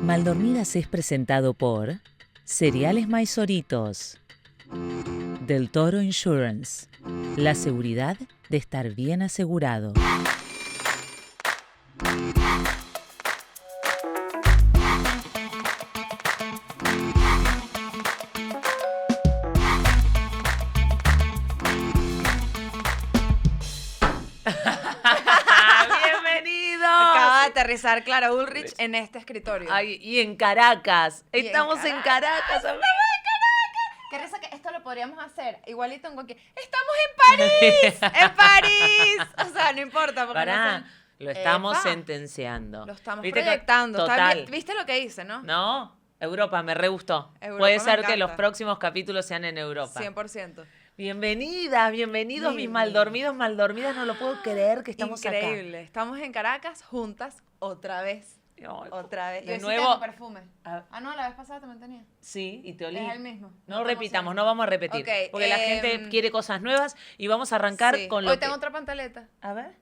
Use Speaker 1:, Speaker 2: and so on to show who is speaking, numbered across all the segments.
Speaker 1: Maldormidas es presentado por Cereales Maisoritos, Del Toro Insurance, la seguridad de estar bien asegurado. Bienvenidos.
Speaker 2: Acaba de aterrizar Clara Ulrich en este escritorio.
Speaker 1: Ay, y en Caracas.
Speaker 2: Y en
Speaker 1: Estamos en Caracas. amiga.
Speaker 2: Qué risa que esto lo podríamos hacer igualito en cualquier... ¡Estamos en París! ¡En París! O sea, no importa. Porque
Speaker 1: Pará,
Speaker 2: no son-
Speaker 1: lo estamos
Speaker 2: Epa.
Speaker 1: sentenciando.
Speaker 2: Lo estamos
Speaker 1: ¿Viste que-
Speaker 2: proyectando. está
Speaker 1: Total.
Speaker 2: bien. ¿Viste lo que hice, no?
Speaker 1: No, Europa, me re gustó.
Speaker 2: Europa
Speaker 1: Puede
Speaker 2: me
Speaker 1: ser que
Speaker 2: encanta.
Speaker 1: los próximos capítulos sean en Europa.
Speaker 2: 100%.
Speaker 1: Bienvenidas, bienvenidos, mis
Speaker 2: Bienvenidos.
Speaker 1: maldormidos, maldormidas. No lo puedo creer que estamos
Speaker 2: Increíble. Estamos en Caracas juntas otra vez.
Speaker 1: acá. Ay,
Speaker 2: Otra vez.
Speaker 1: De
Speaker 2: Yo sí
Speaker 1: nuevo.
Speaker 2: tengo perfume.
Speaker 1: Ah,
Speaker 2: Ah, no, la vez pasada también tenía.
Speaker 1: sí, y te olí.
Speaker 2: Es el mismo.
Speaker 1: No
Speaker 2: estamos
Speaker 1: repitamos,
Speaker 2: haciendo-
Speaker 1: no vamos a repetir.
Speaker 2: Ok,
Speaker 1: porque la gente
Speaker 2: em,
Speaker 1: quiere cosas nuevas y vamos a arrancar
Speaker 2: Sí.
Speaker 1: con lo
Speaker 2: Hoy
Speaker 1: que...
Speaker 2: tengo otra pantaleta.
Speaker 1: A ver.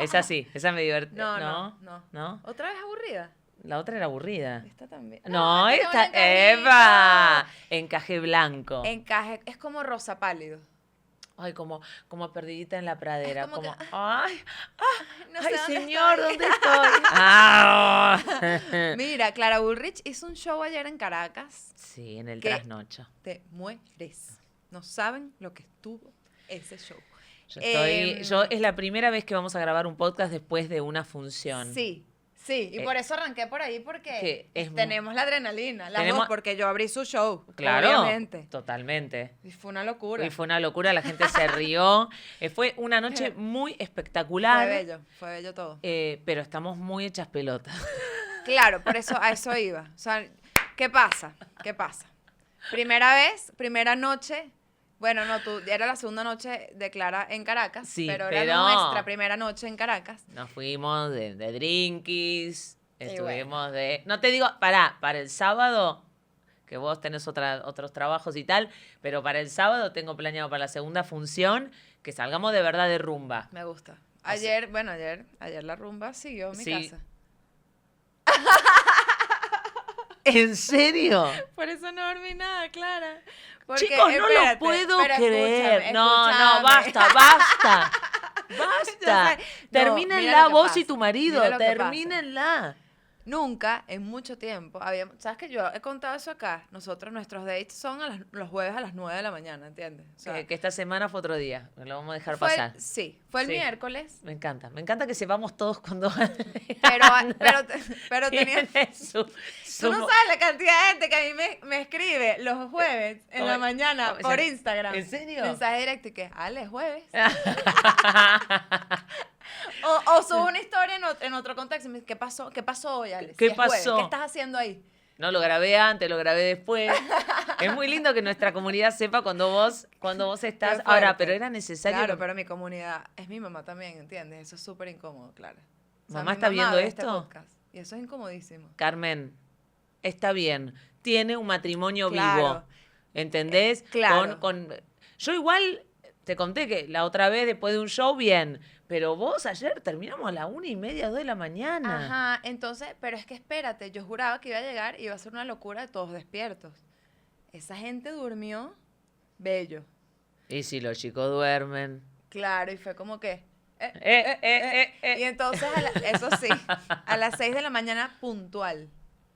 Speaker 1: Esa sí, esa me divierte.
Speaker 2: No,
Speaker 1: no,
Speaker 2: no, no.
Speaker 1: no.
Speaker 2: ¿Otra vez aburrida?
Speaker 1: La otra era aburrida.
Speaker 2: Esta también.
Speaker 1: No,
Speaker 2: Ah,
Speaker 1: esta...
Speaker 2: esta es bonita.
Speaker 1: ¡Eva! Encaje blanco.
Speaker 2: Encaje, es como rosa pálido.
Speaker 1: Ay, como, como perdidita en la pradera.
Speaker 2: como que-
Speaker 1: como, ay,
Speaker 2: No
Speaker 1: ay,
Speaker 2: sé dónde
Speaker 1: señor,
Speaker 2: estoy.
Speaker 1: ¿dónde estoy? Ah.
Speaker 2: Mira, Clara Bullrich hizo un show ayer en Caracas.
Speaker 1: sí, en el
Speaker 2: ¿Qué?
Speaker 1: trasnocho.
Speaker 2: Te mueres. No saben lo que estuvo ese show.
Speaker 1: Yo estoy,
Speaker 2: Em.
Speaker 1: yo es la primera vez que vamos a grabar un podcast después de una función.
Speaker 2: Sí, sí. Y
Speaker 1: Eh,
Speaker 2: por eso arranqué por ahí, porque
Speaker 1: que es mu-
Speaker 2: tenemos la adrenalina. La
Speaker 1: Tenemos-
Speaker 2: voz, porque yo abrí su show.
Speaker 1: Claro.
Speaker 2: Obviamente.
Speaker 1: Totalmente.
Speaker 2: Y fue una locura.
Speaker 1: Y fue una locura, la gente se rió. Eh, fue una noche muy espectacular.
Speaker 2: Fue bello, fue bello todo.
Speaker 1: eh, pero estamos muy hechas pelotas.
Speaker 2: Claro, por eso a eso iba. O sea, ¿qué pasa? ¿Qué pasa? Primera vez, primera noche. Bueno, no, tú, era la segunda noche de Clara en Caracas,
Speaker 1: Sí,
Speaker 2: pero era
Speaker 1: pero-
Speaker 2: nuestra primera noche en Caracas.
Speaker 1: Nos fuimos de, de drinkies,
Speaker 2: Y
Speaker 1: estuvimos de... No te digo, pará, para el sábado, que vos tenés otra, otros trabajos y tal, pero para el sábado tengo planeado para la segunda función que salgamos de verdad de rumba.
Speaker 2: Me gusta.
Speaker 1: Así.
Speaker 2: Ayer, bueno, ayer, ayer la rumba siguió en mi
Speaker 1: Ah, Sí.
Speaker 2: casa.
Speaker 1: ¿En serio?
Speaker 2: Por eso no dormí nada, Clara. Porque,
Speaker 1: Chicos, no
Speaker 2: espérate,
Speaker 1: lo puedo
Speaker 2: pero escúchame,
Speaker 1: creer. No, no,
Speaker 2: escúchame.
Speaker 1: basta, basta. Basta.
Speaker 2: Yo sé. No, mira
Speaker 1: Termínenla
Speaker 2: lo que
Speaker 1: vos
Speaker 2: pasa,
Speaker 1: y tu marido.
Speaker 2: mira lo que pasa.
Speaker 1: Termínenla.
Speaker 2: Nunca, en mucho tiempo, habíamos, ¿sabes que yo he contado eso acá? Nosotros, nuestros dates son a las- los jueves a las 9 de la mañana, ¿entiendes? O sea,
Speaker 1: que, que esta semana fue otro día. Lo vamos a dejar
Speaker 2: fue el-
Speaker 1: pasar.
Speaker 2: sí, fue el
Speaker 1: Sí.
Speaker 2: miércoles,
Speaker 1: Me encanta. Me encanta que sepamos todos cuando.
Speaker 2: pero, ah, pero, pero tenía...
Speaker 1: tiene su,
Speaker 2: Tú
Speaker 1: su-
Speaker 2: no sabes la cantidad de gente que a mí me, me escribe los jueves en
Speaker 1: Oye,
Speaker 2: la mañana
Speaker 1: oye,
Speaker 2: por Instagram.
Speaker 1: ¿en serio?
Speaker 2: Mensaje directo y que, Ale, es jueves. O, o subo una historia en ot- en otro, contexto y me dice, ¿qué pasó? ¿Qué pasó hoy, Ale?
Speaker 1: ¿Qué
Speaker 2: es jueves,
Speaker 1: pasó?
Speaker 2: ¿Qué estás haciendo ahí?
Speaker 1: No lo grabé antes, lo grabé después. Es muy lindo que nuestra comunidad sepa cuando vos, cuando vos estás.
Speaker 2: Qué fuerte.
Speaker 1: Ahora, pero era necesario.
Speaker 2: Claro,
Speaker 1: que-
Speaker 2: pero mi comunidad es mi mamá también, ¿entiendes? Eso es súper incómodo, claro.
Speaker 1: ¿Mamá está viendo esto?
Speaker 2: este y eso es incomodísimo.
Speaker 1: Carmen, está bien. Tiene un matrimonio vivo.
Speaker 2: Claro. Eh,
Speaker 1: ¿Entendés?
Speaker 2: claro.
Speaker 1: Con, con- Yo igual te conté que la otra vez después de un show, bien. Pero vos ayer terminamos a la una y media, dos de la mañana.
Speaker 2: Ajá, entonces, pero es que espérate, yo juraba que iba a llegar y iba a ser una locura de todos despiertos. Esa gente durmió bello,
Speaker 1: Y si los chicos duermen.
Speaker 2: claro, y fue como que... eh,
Speaker 1: Eh, eh, eh, eh, eh.
Speaker 2: Y entonces, a la- eso sí, a las 6 de la mañana puntual,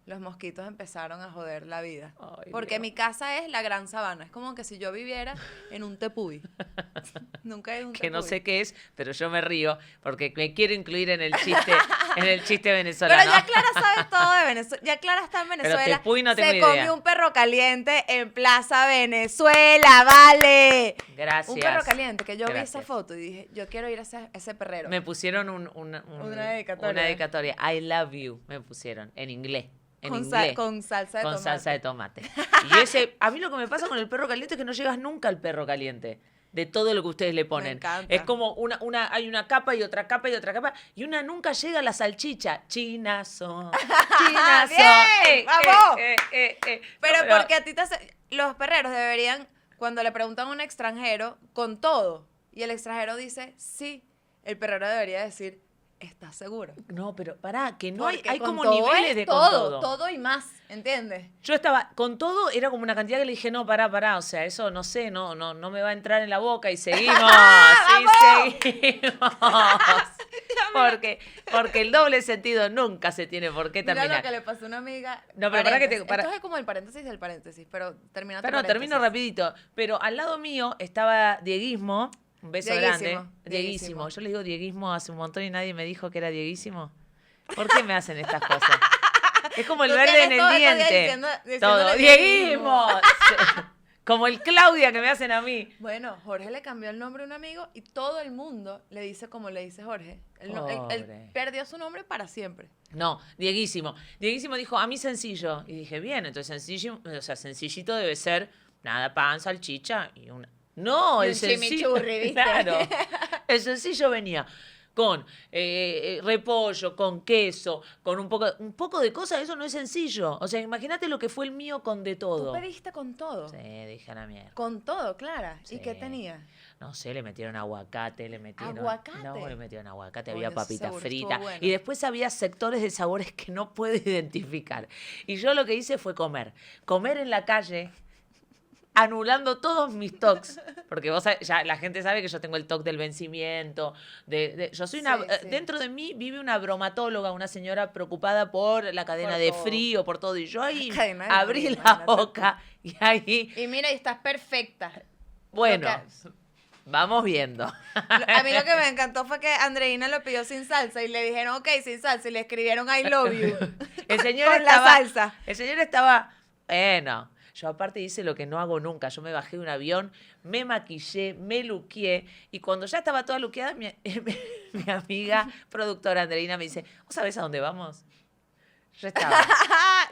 Speaker 2: los mosquitos empezaron a joder la vida.
Speaker 1: Ay,
Speaker 2: Porque
Speaker 1: Dios.
Speaker 2: mi casa es la gran sabana. Es como que si yo viviera en un tepuy. Nunca hay un
Speaker 1: que no
Speaker 2: tepuy.
Speaker 1: sé qué es, pero yo me río porque me quiero incluir en el chiste, en el chiste
Speaker 2: Pero
Speaker 1: venezolano.
Speaker 2: ya Clara sabe todo de Venezuela. Ya Clara está en Venezuela.
Speaker 1: tepuy no tengo
Speaker 2: Se
Speaker 1: idea.
Speaker 2: comió un perro caliente en Plaza Venezuela, vale.
Speaker 1: Gracias.
Speaker 2: Un perro caliente, que yo vi
Speaker 1: Gracias.
Speaker 2: esa foto y dije, yo quiero ir a ese, a ese perrero.
Speaker 1: Me pusieron un- un- un-
Speaker 2: Una dedicatoria.
Speaker 1: una dedicatoria. I love you, me pusieron, en inglés. En
Speaker 2: con, sal-
Speaker 1: inglés.
Speaker 2: con salsa de
Speaker 1: con
Speaker 2: tomate.
Speaker 1: salsa de tomate. Y ese, a mí lo que me pasa con el perro caliente es que no llegas nunca al perro caliente. De todo lo que ustedes le ponen.
Speaker 2: encanta.
Speaker 1: Es como una, una, hay una capa y otra capa y otra capa. Y una nunca llega a la salchicha. Chinazo. Chinazo.
Speaker 2: Ah,
Speaker 1: Eh,
Speaker 2: Bien, vamos. Pero
Speaker 1: No,
Speaker 2: porque a ti te hace- Los perreros deberían, cuando le preguntan a un extranjero, con todo. Y el extranjero dice, sí. El perrero debería decir, ¿Estás seguro?
Speaker 1: No, pero pará, que no hay,
Speaker 2: Porque
Speaker 1: hay
Speaker 2: con
Speaker 1: como
Speaker 2: todo
Speaker 1: niveles
Speaker 2: es
Speaker 1: de con
Speaker 2: todo,
Speaker 1: todo.
Speaker 2: todo y más, ¿entiendes?
Speaker 1: Yo estaba, con todo, era como una cantidad que le dije, no, pará, pará, o sea, eso no sé, no, no, no me va a entrar en la boca y seguimos, sí, seguimos. porque, porque el doble sentido nunca se tiene por qué
Speaker 2: Mira lo
Speaker 1: terminar.
Speaker 2: que le pasó a una amiga.
Speaker 1: No, pero para que te-
Speaker 2: Paréntesis.
Speaker 1: para-
Speaker 2: Esto es como el paréntesis del paréntesis, pero termina tu
Speaker 1: Pero no, termino
Speaker 2: paréntesis.
Speaker 1: rapidito. Pero al lado mío estaba Dieguismo, un beso
Speaker 2: Dieguísimo,
Speaker 1: grande. Dieguísimo.
Speaker 2: Dieguísimo.
Speaker 1: Yo le digo Dieguismo hace un montón y nadie me dijo que era Dieguísimo. ¿Por qué me hacen estas cosas? Es como el
Speaker 2: Tú
Speaker 1: verde
Speaker 2: tienes
Speaker 1: en el
Speaker 2: todos estos días
Speaker 1: diente.
Speaker 2: diciendo- diciéndole
Speaker 1: todo. Dieguismo.
Speaker 2: Dieguismo.
Speaker 1: como el Claudia que me hacen a mí.
Speaker 2: Bueno, Jorge le cambió el nombre a un amigo y todo el mundo le dice como le dice Jorge. Él, no- él- él
Speaker 1: Pobre.
Speaker 2: perdió su nombre para siempre.
Speaker 1: No, Dieguísimo. Dieguísimo dijo, a mí sencillo. Y dije, bien, entonces sencillo, o sea, sencillito debe ser nada, pan, salchicha y una... No,
Speaker 2: Y
Speaker 1: el
Speaker 2: un
Speaker 1: sencillo...
Speaker 2: chimichurri, ¿viste?
Speaker 1: Claro. El sencillo venía con eh, eh, repollo, con queso, con un poco, un poco de cosas, eso no es sencillo. O sea, imagínate lo que fue el mío con de
Speaker 2: Tú
Speaker 1: todo.
Speaker 2: pediste con todo.
Speaker 1: Sí, dije a la mierda.
Speaker 2: Con todo, Clara. ¿Y qué
Speaker 1: Sí.
Speaker 2: tenía?
Speaker 1: No sé, le metieron aguacate, le metieron.
Speaker 2: ¿Aguacate?
Speaker 1: No, le metieron aguacate,
Speaker 2: Uy,
Speaker 1: había
Speaker 2: eso
Speaker 1: papita
Speaker 2: seguro estuvo
Speaker 1: frita.
Speaker 2: bueno.
Speaker 1: Y después había sectores de sabores que no puedo identificar. Y yo lo que hice fue comer. Comer en la calle, anulando todos mis tocs. Porque vos sabés- ya la gente sabe que yo tengo el toc del vencimiento. De, de- yo soy una.
Speaker 2: Sí,
Speaker 1: eh,
Speaker 2: sí.
Speaker 1: Dentro de mí vive una bromatóloga, una señora preocupada por la cadena
Speaker 2: Por
Speaker 1: de
Speaker 2: todo.
Speaker 1: frío, por todo. Y yo ahí
Speaker 2: cadena de
Speaker 1: abrí
Speaker 2: frío,
Speaker 1: la
Speaker 2: imagínate.
Speaker 1: boca y ahí.
Speaker 2: Y mira, y estás perfecta.
Speaker 1: Bueno,
Speaker 2: que-
Speaker 1: vamos viendo.
Speaker 2: Lo- A mí lo que me encantó fue que Andreina lo pidió sin salsa y le dijeron, ok, sin salsa, y le escribieron I love you.
Speaker 1: El señor
Speaker 2: Con la
Speaker 1: estaba,
Speaker 2: salsa.
Speaker 1: El señor estaba, bueno, yo aparte hice lo que no hago nunca. Yo me bajé de un avión, me maquillé, me luqueé y cuando ya estaba toda luqueada, mi, mi amiga productora Andreina me dice, ¿vos sabés a dónde vamos? Yo estaba,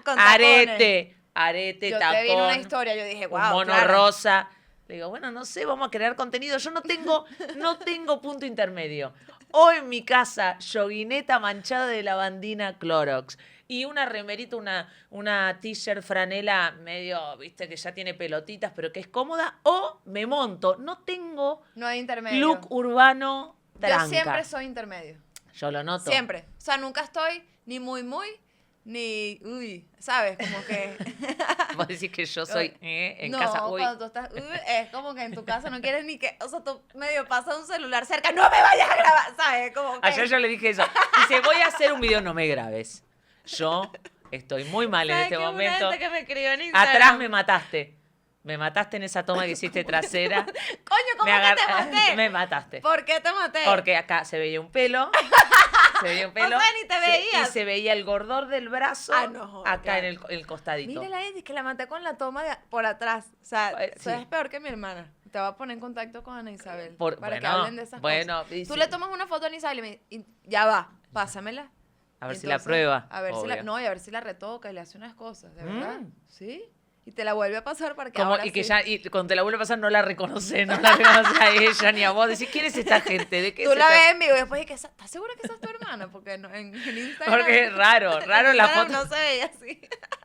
Speaker 2: Con tacones.
Speaker 1: arete, arete,
Speaker 2: eh. Yo te vi en
Speaker 1: tacón,
Speaker 2: una historia, yo dije, wow.
Speaker 1: un mono
Speaker 2: Clara".
Speaker 1: rosa. Le digo, bueno, no sé, vamos a crear contenido. Yo no tengo, no tengo punto intermedio. O en mi casa, yoguineta manchada de lavandina Clorox. Y una remerita, una, una t-shirt franela medio, viste, que ya tiene pelotitas, pero que es cómoda. O me monto. No tengo
Speaker 2: No hay intermedio.
Speaker 1: look urbano tranca.
Speaker 2: Yo siempre soy intermedio.
Speaker 1: Yo lo noto.
Speaker 2: Siempre. O sea, nunca estoy ni muy, muy, ni. Uy, ¿sabes? Como que.
Speaker 1: Vos decís que yo soy eh, en
Speaker 2: no,
Speaker 1: casa. Uy,
Speaker 2: cuando tú estás. uy, es como que en tu casa no quieres ni que. O sea, tú medio pasas un celular cerca. ¡No me vayas a grabar! ¿Sabes? Como que.
Speaker 1: Ayer yo le dije eso. Dice, voy a hacer un video, no me grabes. Yo estoy muy mal en
Speaker 2: ¿Sabes
Speaker 1: este
Speaker 2: qué? Una
Speaker 1: momento.
Speaker 2: gente que me escribió en Instagram.
Speaker 1: Atrás me mataste. Me mataste en esa toma que hiciste trasera.
Speaker 2: Coño, ¿cómo
Speaker 1: Me,
Speaker 2: que te
Speaker 1: agar-
Speaker 2: maté?
Speaker 1: me mataste.
Speaker 2: ¿Por qué te maté?
Speaker 1: Porque acá se veía un pelo. Se veía un pelo.
Speaker 2: O sea, ni te
Speaker 1: se-
Speaker 2: veías.
Speaker 1: y se veía el gordor del brazo
Speaker 2: Ah, no, joder,
Speaker 1: acá
Speaker 2: claro.
Speaker 1: en el, el costadito.
Speaker 2: Mira la Edith, que la maté con la toma de- por atrás. O sea,
Speaker 1: Eh,
Speaker 2: eso
Speaker 1: sí.
Speaker 2: es peor que mi hermana. Te va a poner en contacto con Ana Isabel.
Speaker 1: Por-
Speaker 2: para que
Speaker 1: bueno,
Speaker 2: hablen de esas
Speaker 1: bueno,
Speaker 2: cosas.
Speaker 1: y
Speaker 2: Tú
Speaker 1: sí.
Speaker 2: le tomas una foto a Ana Isabel y me y ya va, pásamela.
Speaker 1: A ver si la
Speaker 2: Entonces,
Speaker 1: prueba.
Speaker 2: A ver si la,
Speaker 1: obvio.
Speaker 2: no, y a ver si la retoca y le hace unas cosas, de verdad.
Speaker 1: Mm.
Speaker 2: ¿Sí? Y te la vuelve a pasar para que
Speaker 1: Como-
Speaker 2: ahora
Speaker 1: y que
Speaker 2: sí.
Speaker 1: ya, y cuando te la vuelve a pasar, no la reconoce, no la reconoce a ella ni a vos. Decís, ¿quién es esta gente? ¿De qué
Speaker 2: Tú
Speaker 1: se
Speaker 2: la
Speaker 1: trata?
Speaker 2: ves en vivo y después y que esa- ¿estás segura que esa es tu hermana? Porque no- en, en Instagram.
Speaker 1: Porque es raro, raro
Speaker 2: en
Speaker 1: la
Speaker 2: Instagram
Speaker 1: foto.
Speaker 2: No se veía así.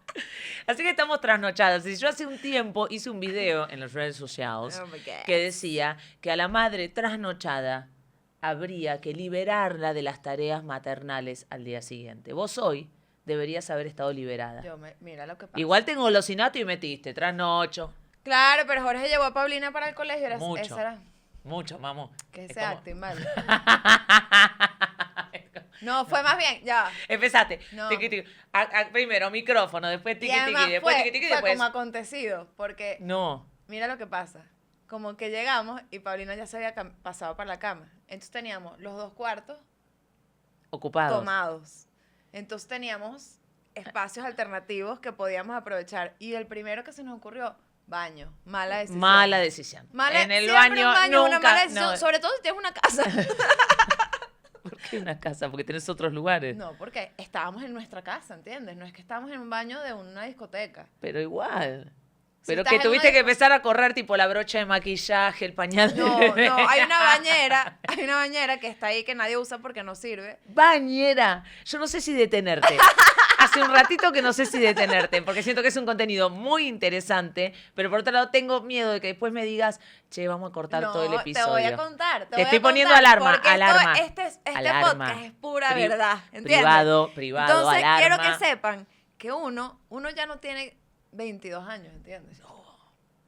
Speaker 1: Así que estamos trasnochadas. Y yo hace un tiempo hice un video en las redes sociales
Speaker 2: Oh my God.
Speaker 1: que decía que a la madre trasnochada habría que liberarla de las tareas maternales al día siguiente. Vos hoy deberías haber estado liberada.
Speaker 2: Yo me- mira lo que pasa.
Speaker 1: Igual tengo golosinato y metiste trasnocho.
Speaker 2: Claro, pero Jorge llevó a Paulina para el colegio. Era,
Speaker 1: Mucho.
Speaker 2: Esa era.
Speaker 1: Mucho, mamón.
Speaker 2: Que
Speaker 1: Es
Speaker 2: se
Speaker 1: como-
Speaker 2: acting, vale. No, fue más bien, ya. va.
Speaker 1: Empezaste.
Speaker 2: No.
Speaker 1: Tiqui, tiqui. A- a- primero micrófono, después
Speaker 2: Y
Speaker 1: tiqui,
Speaker 2: además
Speaker 1: tiqui, después
Speaker 2: fue,
Speaker 1: tiqui, tiqui,
Speaker 2: fue
Speaker 1: después.
Speaker 2: como acontecido, porque
Speaker 1: No.
Speaker 2: mira lo que pasa. Como que llegamos y Paulina ya se había cam- pasado para la cama. Entonces teníamos los dos cuartos
Speaker 1: Ocupados.
Speaker 2: tomados. Entonces teníamos espacios alternativos que podíamos aprovechar. Y el primero que se nos ocurrió, baño. Mala decisión.
Speaker 1: Mala decisión.
Speaker 2: Mala-
Speaker 1: en el
Speaker 2: siempre
Speaker 1: baño,
Speaker 2: un baño es
Speaker 1: nunca.
Speaker 2: una mala decisión,
Speaker 1: no.
Speaker 2: sobre todo si tienes una casa.
Speaker 1: ¿Por qué una casa? Porque tenés otros lugares.
Speaker 2: No, porque estábamos en nuestra casa, ¿entiendes? No es que estábamos en un baño de una discoteca.
Speaker 1: Pero igual.
Speaker 2: Si
Speaker 1: Pero
Speaker 2: estás
Speaker 1: que
Speaker 2: en una
Speaker 1: tuviste que
Speaker 2: disco-
Speaker 1: empezar a correr tipo la brocha de maquillaje, el pañal. de
Speaker 2: No,
Speaker 1: bebé.
Speaker 2: no, hay una bañera, hay una bañera que está ahí que nadie usa porque no sirve.
Speaker 1: Bañera. Yo no sé si detenerte. hace un ratito que no sé si detenerte, porque siento que es un contenido muy interesante, pero por otro lado tengo miedo de que después me digas, che, vamos a cortar todo el
Speaker 2: No,
Speaker 1: episodio.
Speaker 2: Te voy a contar. Te,
Speaker 1: Te
Speaker 2: voy a
Speaker 1: estoy poniendo
Speaker 2: contar,
Speaker 1: alarma,
Speaker 2: porque esto-
Speaker 1: alarma,
Speaker 2: este es- este
Speaker 1: alarma.
Speaker 2: podcast es pura
Speaker 1: Pri-
Speaker 2: verdad. ¿entiendes?
Speaker 1: Privado, privado,
Speaker 2: Entonces, quiero
Speaker 1: alarma.
Speaker 2: que sepan que uno, uno ya no tiene 22 años, ¿entiendes?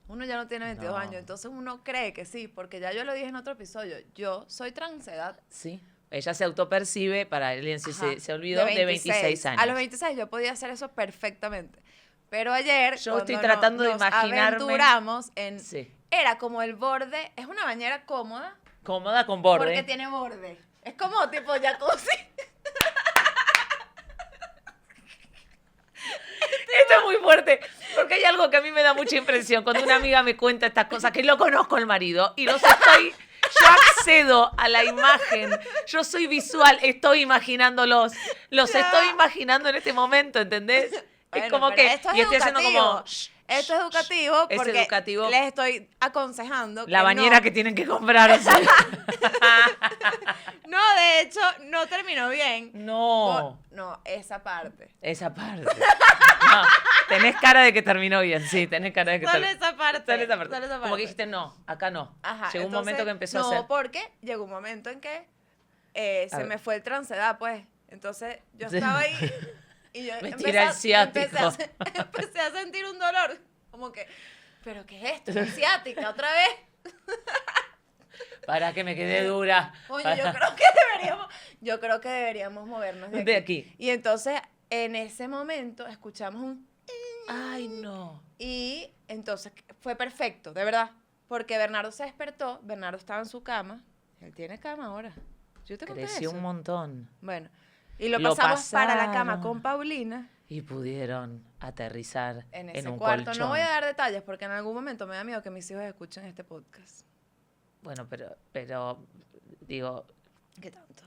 Speaker 2: Uno ya no tiene 22
Speaker 1: No.
Speaker 2: años, entonces uno cree que sí, porque ya yo lo dije en otro episodio, yo soy transedad.
Speaker 1: Sí. Ella se autopercibe, para alguien si
Speaker 2: Ajá,
Speaker 1: se, se olvidó, de 26, años.
Speaker 2: A los 26 yo podía hacer eso perfectamente. Pero ayer
Speaker 1: Yo estoy
Speaker 2: cuando
Speaker 1: tratando de
Speaker 2: nos
Speaker 1: imaginarme-
Speaker 2: aventuramos en
Speaker 1: Sí.
Speaker 2: era como el borde, es una bañera cómoda,
Speaker 1: Cómoda con borde.
Speaker 2: porque tiene borde. Es como tipo jacuzzi.
Speaker 1: Esto es muy fuerte, porque hay algo que a mí me da mucha impresión cuando una amiga me cuenta estas cosas, que lo conozco el marido y los estoy, yo accedo a la imagen, yo soy visual, estoy imaginándolos, los
Speaker 2: Ya.
Speaker 1: estoy imaginando en este momento, ¿entendés?
Speaker 2: Bueno,
Speaker 1: es como
Speaker 2: pero
Speaker 1: que,
Speaker 2: esto es
Speaker 1: y estoy haciendo como,
Speaker 2: educativo.
Speaker 1: "Shh,
Speaker 2: Esto
Speaker 1: shh,
Speaker 2: es
Speaker 1: shh".
Speaker 2: educativo
Speaker 1: Es
Speaker 2: porque
Speaker 1: educativo.
Speaker 2: les estoy aconsejando
Speaker 1: la
Speaker 2: que
Speaker 1: bañera
Speaker 2: no,
Speaker 1: que tienen que comprar. o sea.
Speaker 2: No, de hecho, no terminó bien.
Speaker 1: no,
Speaker 2: Por- no, esa parte.
Speaker 1: esa parte. No, tenés cara de que terminó bien, sí, tenés cara de que
Speaker 2: Solo
Speaker 1: terminó.
Speaker 2: esa parte.
Speaker 1: Solo esa parte.
Speaker 2: solo esa
Speaker 1: Como que
Speaker 2: parte.
Speaker 1: dijiste, no, acá no.
Speaker 2: Ajá,
Speaker 1: Llegó un
Speaker 2: entonces,
Speaker 1: momento que empezó
Speaker 2: no,
Speaker 1: a ser.
Speaker 2: porque llegó un momento en que eh, se
Speaker 1: ver.
Speaker 2: me fue el transedad, pues. Entonces, yo
Speaker 1: Sí.
Speaker 2: estaba ahí y yo
Speaker 1: Me
Speaker 2: empecé
Speaker 1: tira
Speaker 2: a,
Speaker 1: el ciático.
Speaker 2: empecé, a, se- empecé a sentir un dolor. Como que, ¿pero qué es esto? ¿Una ciática otra vez?
Speaker 1: Para que me quede dura.
Speaker 2: Oye, yo
Speaker 1: Para-
Speaker 2: creo que deberíamos, yo creo que deberíamos movernos de aquí.
Speaker 1: De aquí.
Speaker 2: Y entonces, en ese momento, escuchamos un...
Speaker 1: Ay, no.
Speaker 2: Y entonces fue perfecto, de verdad. Porque Bernardo se despertó, Bernardo estaba en su cama. Él tiene cama ahora. Yo te conté
Speaker 1: Creció
Speaker 2: eso.
Speaker 1: un montón.
Speaker 2: Bueno, y lo,
Speaker 1: Lo
Speaker 2: pasamos para la
Speaker 1: pasaron.
Speaker 2: cama con Paulina
Speaker 1: Y pudieron aterrizar en,
Speaker 2: en ese
Speaker 1: un
Speaker 2: cuarto.
Speaker 1: colchón.
Speaker 2: No voy a dar detalles porque en algún momento me da miedo que mis hijos escuchen este podcast.
Speaker 1: Bueno, pero, pero digo,
Speaker 2: ¿Qué tanto?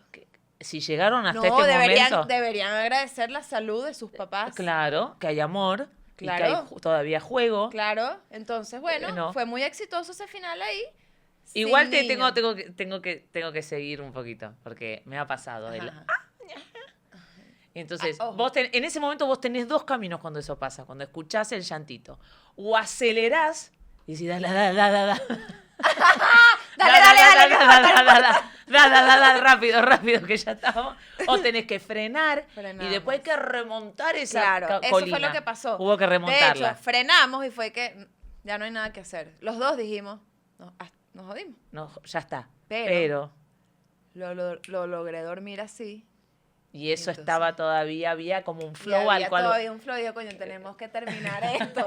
Speaker 1: si llegaron hasta
Speaker 2: No,
Speaker 1: este
Speaker 2: deberían,
Speaker 1: momento,
Speaker 2: deberían agradecer la salud de sus papás.
Speaker 1: claro, que hay amor, y que hay
Speaker 2: Claro.
Speaker 1: ju- todavía juego.
Speaker 2: Claro, entonces bueno,
Speaker 1: Eh, no.
Speaker 2: fue muy exitoso ese final ahí. sin
Speaker 1: Igual te tengo,
Speaker 2: niños.
Speaker 1: tengo, que, tengo, que, tengo que seguir un poquito, porque me ha pasado. de la-
Speaker 2: Ajá.
Speaker 1: Entonces,
Speaker 2: Ah, ojo.
Speaker 1: vos ten- en ese momento vos tenés dos caminos cuando eso pasa, cuando escuchás el llantito. O acelerás y decís, dale, dale, dale, dale.
Speaker 2: Dale, dale, dale,
Speaker 1: dale,
Speaker 2: que falta el
Speaker 1: dale, dale, dale, dale, rápido, rápido, que ya estamos. O tenés que frenar y
Speaker 2: Frenamos.
Speaker 1: después hay que remontar esa
Speaker 2: Claro,
Speaker 1: ca-
Speaker 2: eso
Speaker 1: colina.
Speaker 2: fue lo que pasó.
Speaker 1: Hubo que
Speaker 2: De
Speaker 1: remontarla.
Speaker 2: hecho, frenamos y fue que mm, ya no hay nada que hacer. Los dos dijimos, no, ah, nos jodimos.
Speaker 1: No, ya está. Pero,
Speaker 2: Pero- Lo, lo- lo logré dormir así.
Speaker 1: y eso
Speaker 2: Entonces-
Speaker 1: estaba todavía, había como un flow
Speaker 2: y había
Speaker 1: al cual...
Speaker 2: todavía un flow y yo, coño, tenemos que terminar esto.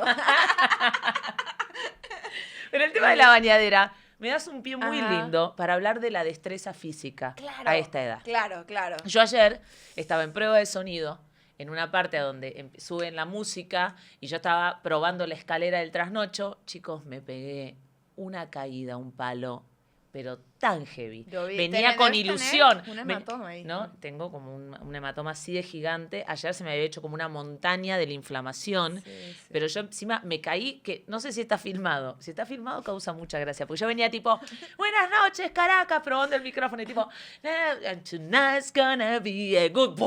Speaker 1: Pero el tema de la bañadera, me das un pie muy
Speaker 2: Eh. Ajá.
Speaker 1: lindo para hablar de la destreza física
Speaker 2: claro.
Speaker 1: a esta edad.
Speaker 2: Claro, claro.
Speaker 1: Yo ayer estaba en prueba de sonido, en una parte a donde em- suben la música, y yo estaba probando la escalera del trasnocho. Chicos, me pegué una caída, un palo, pero tan heavy.
Speaker 2: Yo vi-
Speaker 1: Venía
Speaker 2: tenés-
Speaker 1: con
Speaker 2: debes tener
Speaker 1: ilusión.
Speaker 2: un
Speaker 1: Ven-
Speaker 2: hematoma ahí.
Speaker 1: ¿no? Tengo como un, un hematoma así de gigante. Ayer se me había hecho como una montaña de la inflamación.
Speaker 2: Sí, sí.
Speaker 1: Pero yo encima me caí, que no sé si está filmado. Si está filmado, causa mucha gracia. Porque yo venía tipo, buenas noches, Caracas, probando el micrófono. Y tipo, "Nah, and tonight's gonna be a good.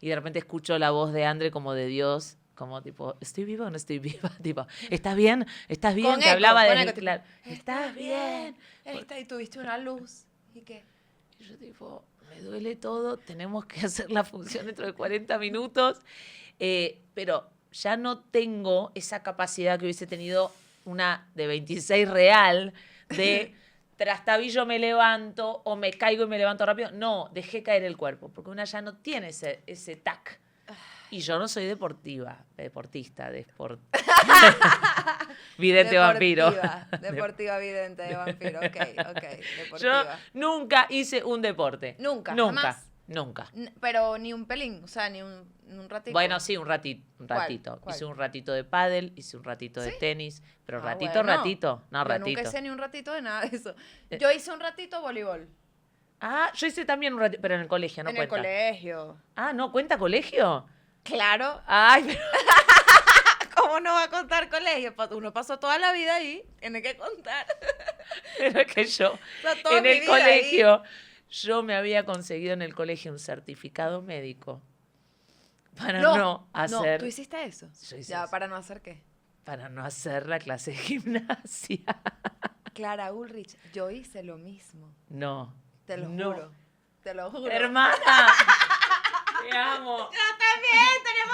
Speaker 1: Y de repente escucho la voz de Andre como de Dios, como tipo, ¿estoy viva o no estoy viva? Tipo, ¿estás bien? ¿Estás bien?
Speaker 2: Con
Speaker 1: Te
Speaker 2: eco,
Speaker 1: hablaba de
Speaker 2: con
Speaker 1: mí,
Speaker 2: eco, tipo,
Speaker 1: claro. ¿Estás bien?
Speaker 2: Esta, y tuviste una luz. ¿Y qué?
Speaker 1: Y yo tipo, me duele todo, tenemos que hacer la función dentro de 40 minutos, eh, pero ya no tengo esa capacidad que hubiese tenido una de 26 real de trastabillo me levanto o me caigo y me levanto rápido. No, dejé caer el cuerpo, porque una ya no tiene ese, ese tac.
Speaker 2: Ah.
Speaker 1: Y yo no soy deportiva, deportista, desport... Vidente vampiro.
Speaker 2: Deportiva, Deportiva vidente de vampiro. Ok, ok.
Speaker 1: Yo
Speaker 2: Deportiva.
Speaker 1: nunca hice un deporte.
Speaker 2: Nunca,
Speaker 1: Nunca.
Speaker 2: jamás.
Speaker 1: Nunca.
Speaker 2: N- Pero ni un pelín, o sea, ni un, ni un ratito.
Speaker 1: Bueno, sí, un ratito, un
Speaker 2: ¿Cuál?
Speaker 1: ratito.
Speaker 2: ¿Cuál?
Speaker 1: Hice un ratito de pádel, hice un ratito de tenis, pero
Speaker 2: Ah,
Speaker 1: ratito,
Speaker 2: bueno.
Speaker 1: ratito, no
Speaker 2: Yo
Speaker 1: ratito. Eh,
Speaker 2: nunca hice ni un ratito de nada de eso. Yo hice un ratito voleibol.
Speaker 1: Ah, yo hice también un ratito, pero en el colegio, no
Speaker 2: en
Speaker 1: cuenta.
Speaker 2: el colegio.
Speaker 1: Ah, no, ¿cuenta colegio?
Speaker 2: Claro.
Speaker 1: Ay, pero-
Speaker 2: ¿Cómo no va a contar colegio? Pa- Uno pasó toda la vida ahí. Tiene que contar.
Speaker 1: pero es que yo,
Speaker 2: O sea, toda
Speaker 1: en
Speaker 2: mi
Speaker 1: el
Speaker 2: vida ahí.
Speaker 1: colegio, yo me había conseguido en el colegio un certificado médico para no, hacer
Speaker 2: tú hiciste eso.
Speaker 1: Yo hice
Speaker 2: ya,
Speaker 1: eso.
Speaker 2: para no hacer qué.
Speaker 1: para no hacer la clase de gimnasia.
Speaker 2: Clara Ulrich, yo hice lo mismo.
Speaker 1: No.
Speaker 2: Te lo
Speaker 1: no.
Speaker 2: juro. Te lo juro.
Speaker 1: Hermana. Te amo.
Speaker 2: también,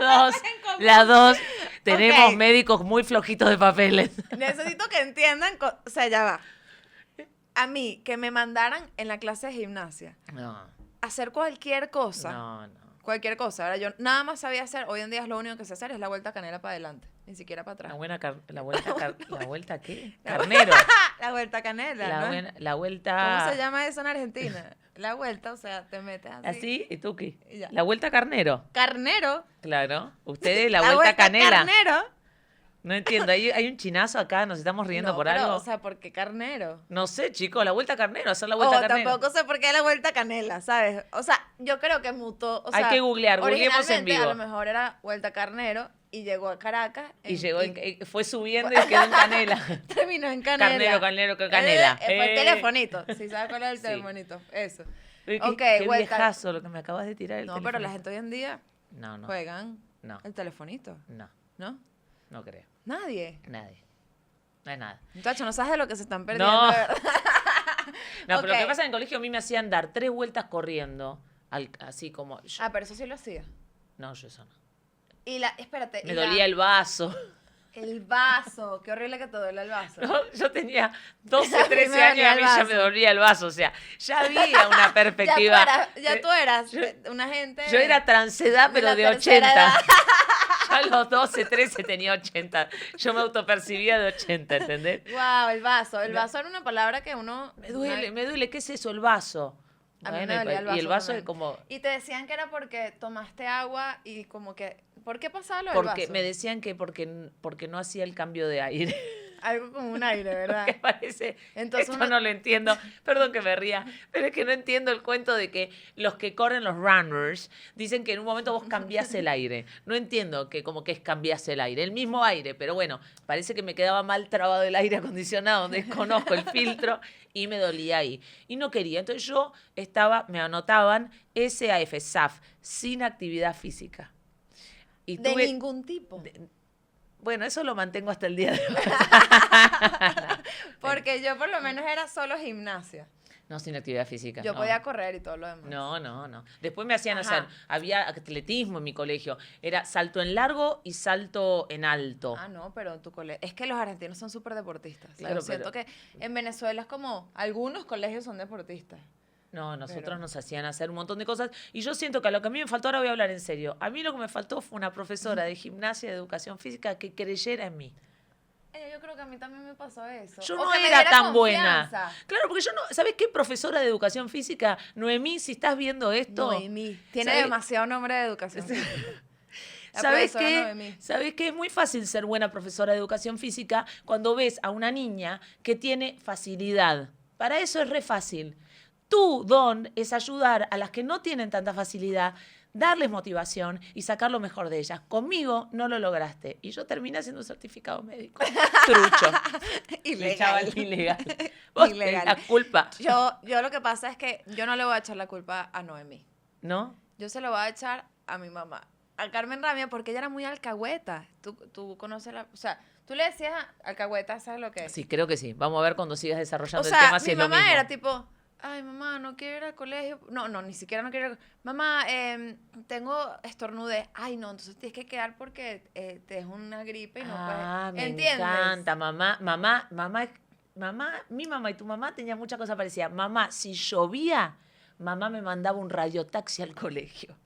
Speaker 1: Las dos. Las dos. Tenemos
Speaker 2: Ok.
Speaker 1: médicos muy flojitos de papeles.
Speaker 2: Necesito que entiendan, co- o sea, ya va. A mí, que me mandaran en la clase de gimnasia
Speaker 1: No.
Speaker 2: a hacer cualquier cosa.
Speaker 1: No, no.
Speaker 2: Cualquier cosa. Ahora yo nada más sabía hacer, hoy en día es lo único que sé hacer, es la vuelta canela para adelante, ni siquiera para
Speaker 1: La
Speaker 2: atrás.
Speaker 1: buena car- la vuelta car- la vuelta qué?
Speaker 2: La-
Speaker 1: Carnero.
Speaker 2: Ah, La vuelta canela,
Speaker 1: La
Speaker 2: ¿no?
Speaker 1: buena la vuelta
Speaker 2: ¿Cómo se llama eso en Argentina? La vuelta, o sea, te metes así.
Speaker 1: así y tú qué?
Speaker 2: Y ya.
Speaker 1: La vuelta carnero.
Speaker 2: Carnero.
Speaker 1: Claro. Ustedes la, vuelta, canela.
Speaker 2: Carnero.
Speaker 1: No entiendo, hay, hay un chinazo acá, nos estamos riendo
Speaker 2: No,
Speaker 1: por
Speaker 2: pero,
Speaker 1: algo.
Speaker 2: O sea, ¿por qué carnero?
Speaker 1: no sé, chicos, la vuelta carnero, hacer la
Speaker 2: O
Speaker 1: vuelta carnero.
Speaker 2: Oh, tampoco sé por qué la vuelta canela, ¿sabes? O sea, yo creo que mutó. O
Speaker 1: Hay
Speaker 2: sea,
Speaker 1: que googlear, googleemos en
Speaker 2: originalmente,
Speaker 1: vivo.
Speaker 2: A lo mejor era vuelta carnero y llegó a Caracas.
Speaker 1: Y
Speaker 2: en-
Speaker 1: llegó, en- eh, fue subiendo y quedó en canela.
Speaker 2: Terminó en canela.
Speaker 1: Carnero, carnero, ca- canela.
Speaker 2: Eh, eh, fue el
Speaker 1: Eh.
Speaker 2: telefonito. Si sabes cuál es el
Speaker 1: Sí.
Speaker 2: telefonito. Eso.
Speaker 1: Uy, qué-
Speaker 2: Ok,
Speaker 1: qué
Speaker 2: vuelta.
Speaker 1: viejazo lo que me acabas de tirar el
Speaker 2: No, pero la
Speaker 1: telefonito.
Speaker 2: gente hoy en día
Speaker 1: No, no,
Speaker 2: juegan
Speaker 1: no,
Speaker 2: el telefonito,
Speaker 1: no,
Speaker 2: ¿no?
Speaker 1: no creo.
Speaker 2: Nadie.
Speaker 1: Nadie. No hay nada.
Speaker 2: Muchachos, no sabes de lo que se están perdiendo.
Speaker 1: No.
Speaker 2: de verdad.
Speaker 1: No, pero lo que
Speaker 2: Ok.
Speaker 1: pasa en el colegio a mí me hacían dar tres vueltas corriendo, al- así como... yo-
Speaker 2: Ah, pero eso sí lo hacía.
Speaker 1: no, yo eso no.
Speaker 2: Y la, espérate.
Speaker 1: Me
Speaker 2: Eh, y la-
Speaker 1: dolía el vaso.
Speaker 2: el vaso. Qué horrible que te duele el vaso.
Speaker 1: No, yo tenía
Speaker 2: A
Speaker 1: 12,
Speaker 2: mí me
Speaker 1: 13
Speaker 2: dolía
Speaker 1: años y a
Speaker 2: el
Speaker 1: mí ya
Speaker 2: vaso.
Speaker 1: me dolía el vaso. O sea, ya había una
Speaker 2: Ya tú
Speaker 1: perspectiva.
Speaker 2: eras, ya
Speaker 1: Eh,
Speaker 2: tú eras
Speaker 1: yo-
Speaker 2: eh, una gente.
Speaker 1: Yo era transedad,
Speaker 2: de
Speaker 1: pero
Speaker 2: la
Speaker 1: de,
Speaker 2: tercera
Speaker 1: 80.
Speaker 2: edad.
Speaker 1: Ya a los 12, 13 tenía 80. Yo me autopercibía de 80, ¿entendés?
Speaker 2: Wow, el vaso. El vaso era una palabra que uno.
Speaker 1: Me duele, me duele. ¿Qué es eso? El vaso.
Speaker 2: A mí me
Speaker 1: Bueno, y
Speaker 2: dolía el
Speaker 1: pa- Y el
Speaker 2: vaso
Speaker 1: vaso es
Speaker 2: también.
Speaker 1: como...
Speaker 2: Y te decían que era porque tomaste agua y como que. ¿Por qué pasaba lo del
Speaker 1: Porque
Speaker 2: vaso?
Speaker 1: me decían que porque, porque no hacía el cambio de aire.
Speaker 2: Algo como un aire, ¿verdad?
Speaker 1: que parece.
Speaker 2: Entonces
Speaker 1: Esto
Speaker 2: uno-
Speaker 1: no lo entiendo. Perdón que me ría, pero es que no entiendo el cuento de que los que corren los runners dicen que en un momento vos cambiás el aire. No entiendo que como que es cambiás el aire, el mismo aire, pero bueno, parece que me quedaba mal trabado el aire acondicionado, desconozco el filtro y me dolía ahí. Y no quería. Entonces yo estaba, me anotaban SAF, SAF, sin actividad física. Y
Speaker 2: De
Speaker 1: tuve-
Speaker 2: ningún tipo.
Speaker 1: bueno, eso lo mantengo hasta el día de hoy.
Speaker 2: Porque yo por lo menos era solo gimnasia.
Speaker 1: No sin actividad física.
Speaker 2: Yo
Speaker 1: no.
Speaker 2: podía correr y todo lo demás.
Speaker 1: No, no, no. Después me hacían hacer,
Speaker 2: Ajá.
Speaker 1: había atletismo en mi colegio. Era salto en largo y salto en alto.
Speaker 2: Ah, no, pero tu colegio. Es que los argentinos son súper deportistas.
Speaker 1: Claro,
Speaker 2: yo siento
Speaker 1: pero-
Speaker 2: que en Venezuela es como. Algunos colegios son deportistas.
Speaker 1: No, nosotros
Speaker 2: pero-
Speaker 1: nos hacían hacer un montón de cosas. Y yo siento que a lo que a mí me faltó, ahora voy a hablar en serio. A mí lo que me faltó fue una profesora de gimnasia y de educación física que creyera en mí.
Speaker 2: Eh, Yo creo que a mí también me pasó eso.
Speaker 1: Yo
Speaker 2: O
Speaker 1: no
Speaker 2: que me
Speaker 1: era
Speaker 2: diera
Speaker 1: tan buena.
Speaker 2: confianza.
Speaker 1: Claro, porque yo no. ¿Sabes qué profesora de educación física? Noemí, si estás viendo esto.
Speaker 2: Noemí. Tiene
Speaker 1: ¿Sabes?
Speaker 2: demasiado nombre de educación. La
Speaker 1: ¿Sabes
Speaker 2: profesora
Speaker 1: qué?
Speaker 2: Noemí.
Speaker 1: ¿Sabes qué? Es muy fácil ser buena profesora de educación física cuando ves a una niña que tiene facilidad. Para eso es re fácil. Tu don es ayudar a las que no tienen tanta facilidad, darles motivación y sacar lo mejor de ellas. Conmigo no lo lograste. Y yo terminé haciendo un certificado médico. Trucho. Le echaba
Speaker 2: Ilegal.
Speaker 1: el ilegal. Vos tenés
Speaker 2: Ilegal.
Speaker 1: la culpa.
Speaker 2: Yo, yo lo que pasa es que yo no le voy a echar la culpa a Noemí.
Speaker 1: ¿No?
Speaker 2: Yo se lo voy a echar a mi mamá. A Carmen Ramia, porque ella era muy alcahueta. Tú, tú conoces la... O sea, tú le decías a- alcahueta, ¿sabes lo que es?
Speaker 1: Sí, creo que sí. Vamos a ver cuando sigas
Speaker 2: O
Speaker 1: desarrollando el
Speaker 2: sea,
Speaker 1: tema si
Speaker 2: mi
Speaker 1: es lo
Speaker 2: mamá
Speaker 1: mismo.
Speaker 2: era tipo, ay, mamá, no quiero ir al colegio. No, no, ni siquiera no quiero ir al colegio. Mamá, em, tengo estornudé. Ay, no, entonces tienes que quedar porque eh, te es una gripe y no pues,
Speaker 1: Ah,
Speaker 2: puedes.
Speaker 1: me encanta, mamá, mamá, mamá, mamá, mi mamá y tu mamá tenían muchas cosas parecidas. Mamá, si llovía, mamá me mandaba un radiotaxi al colegio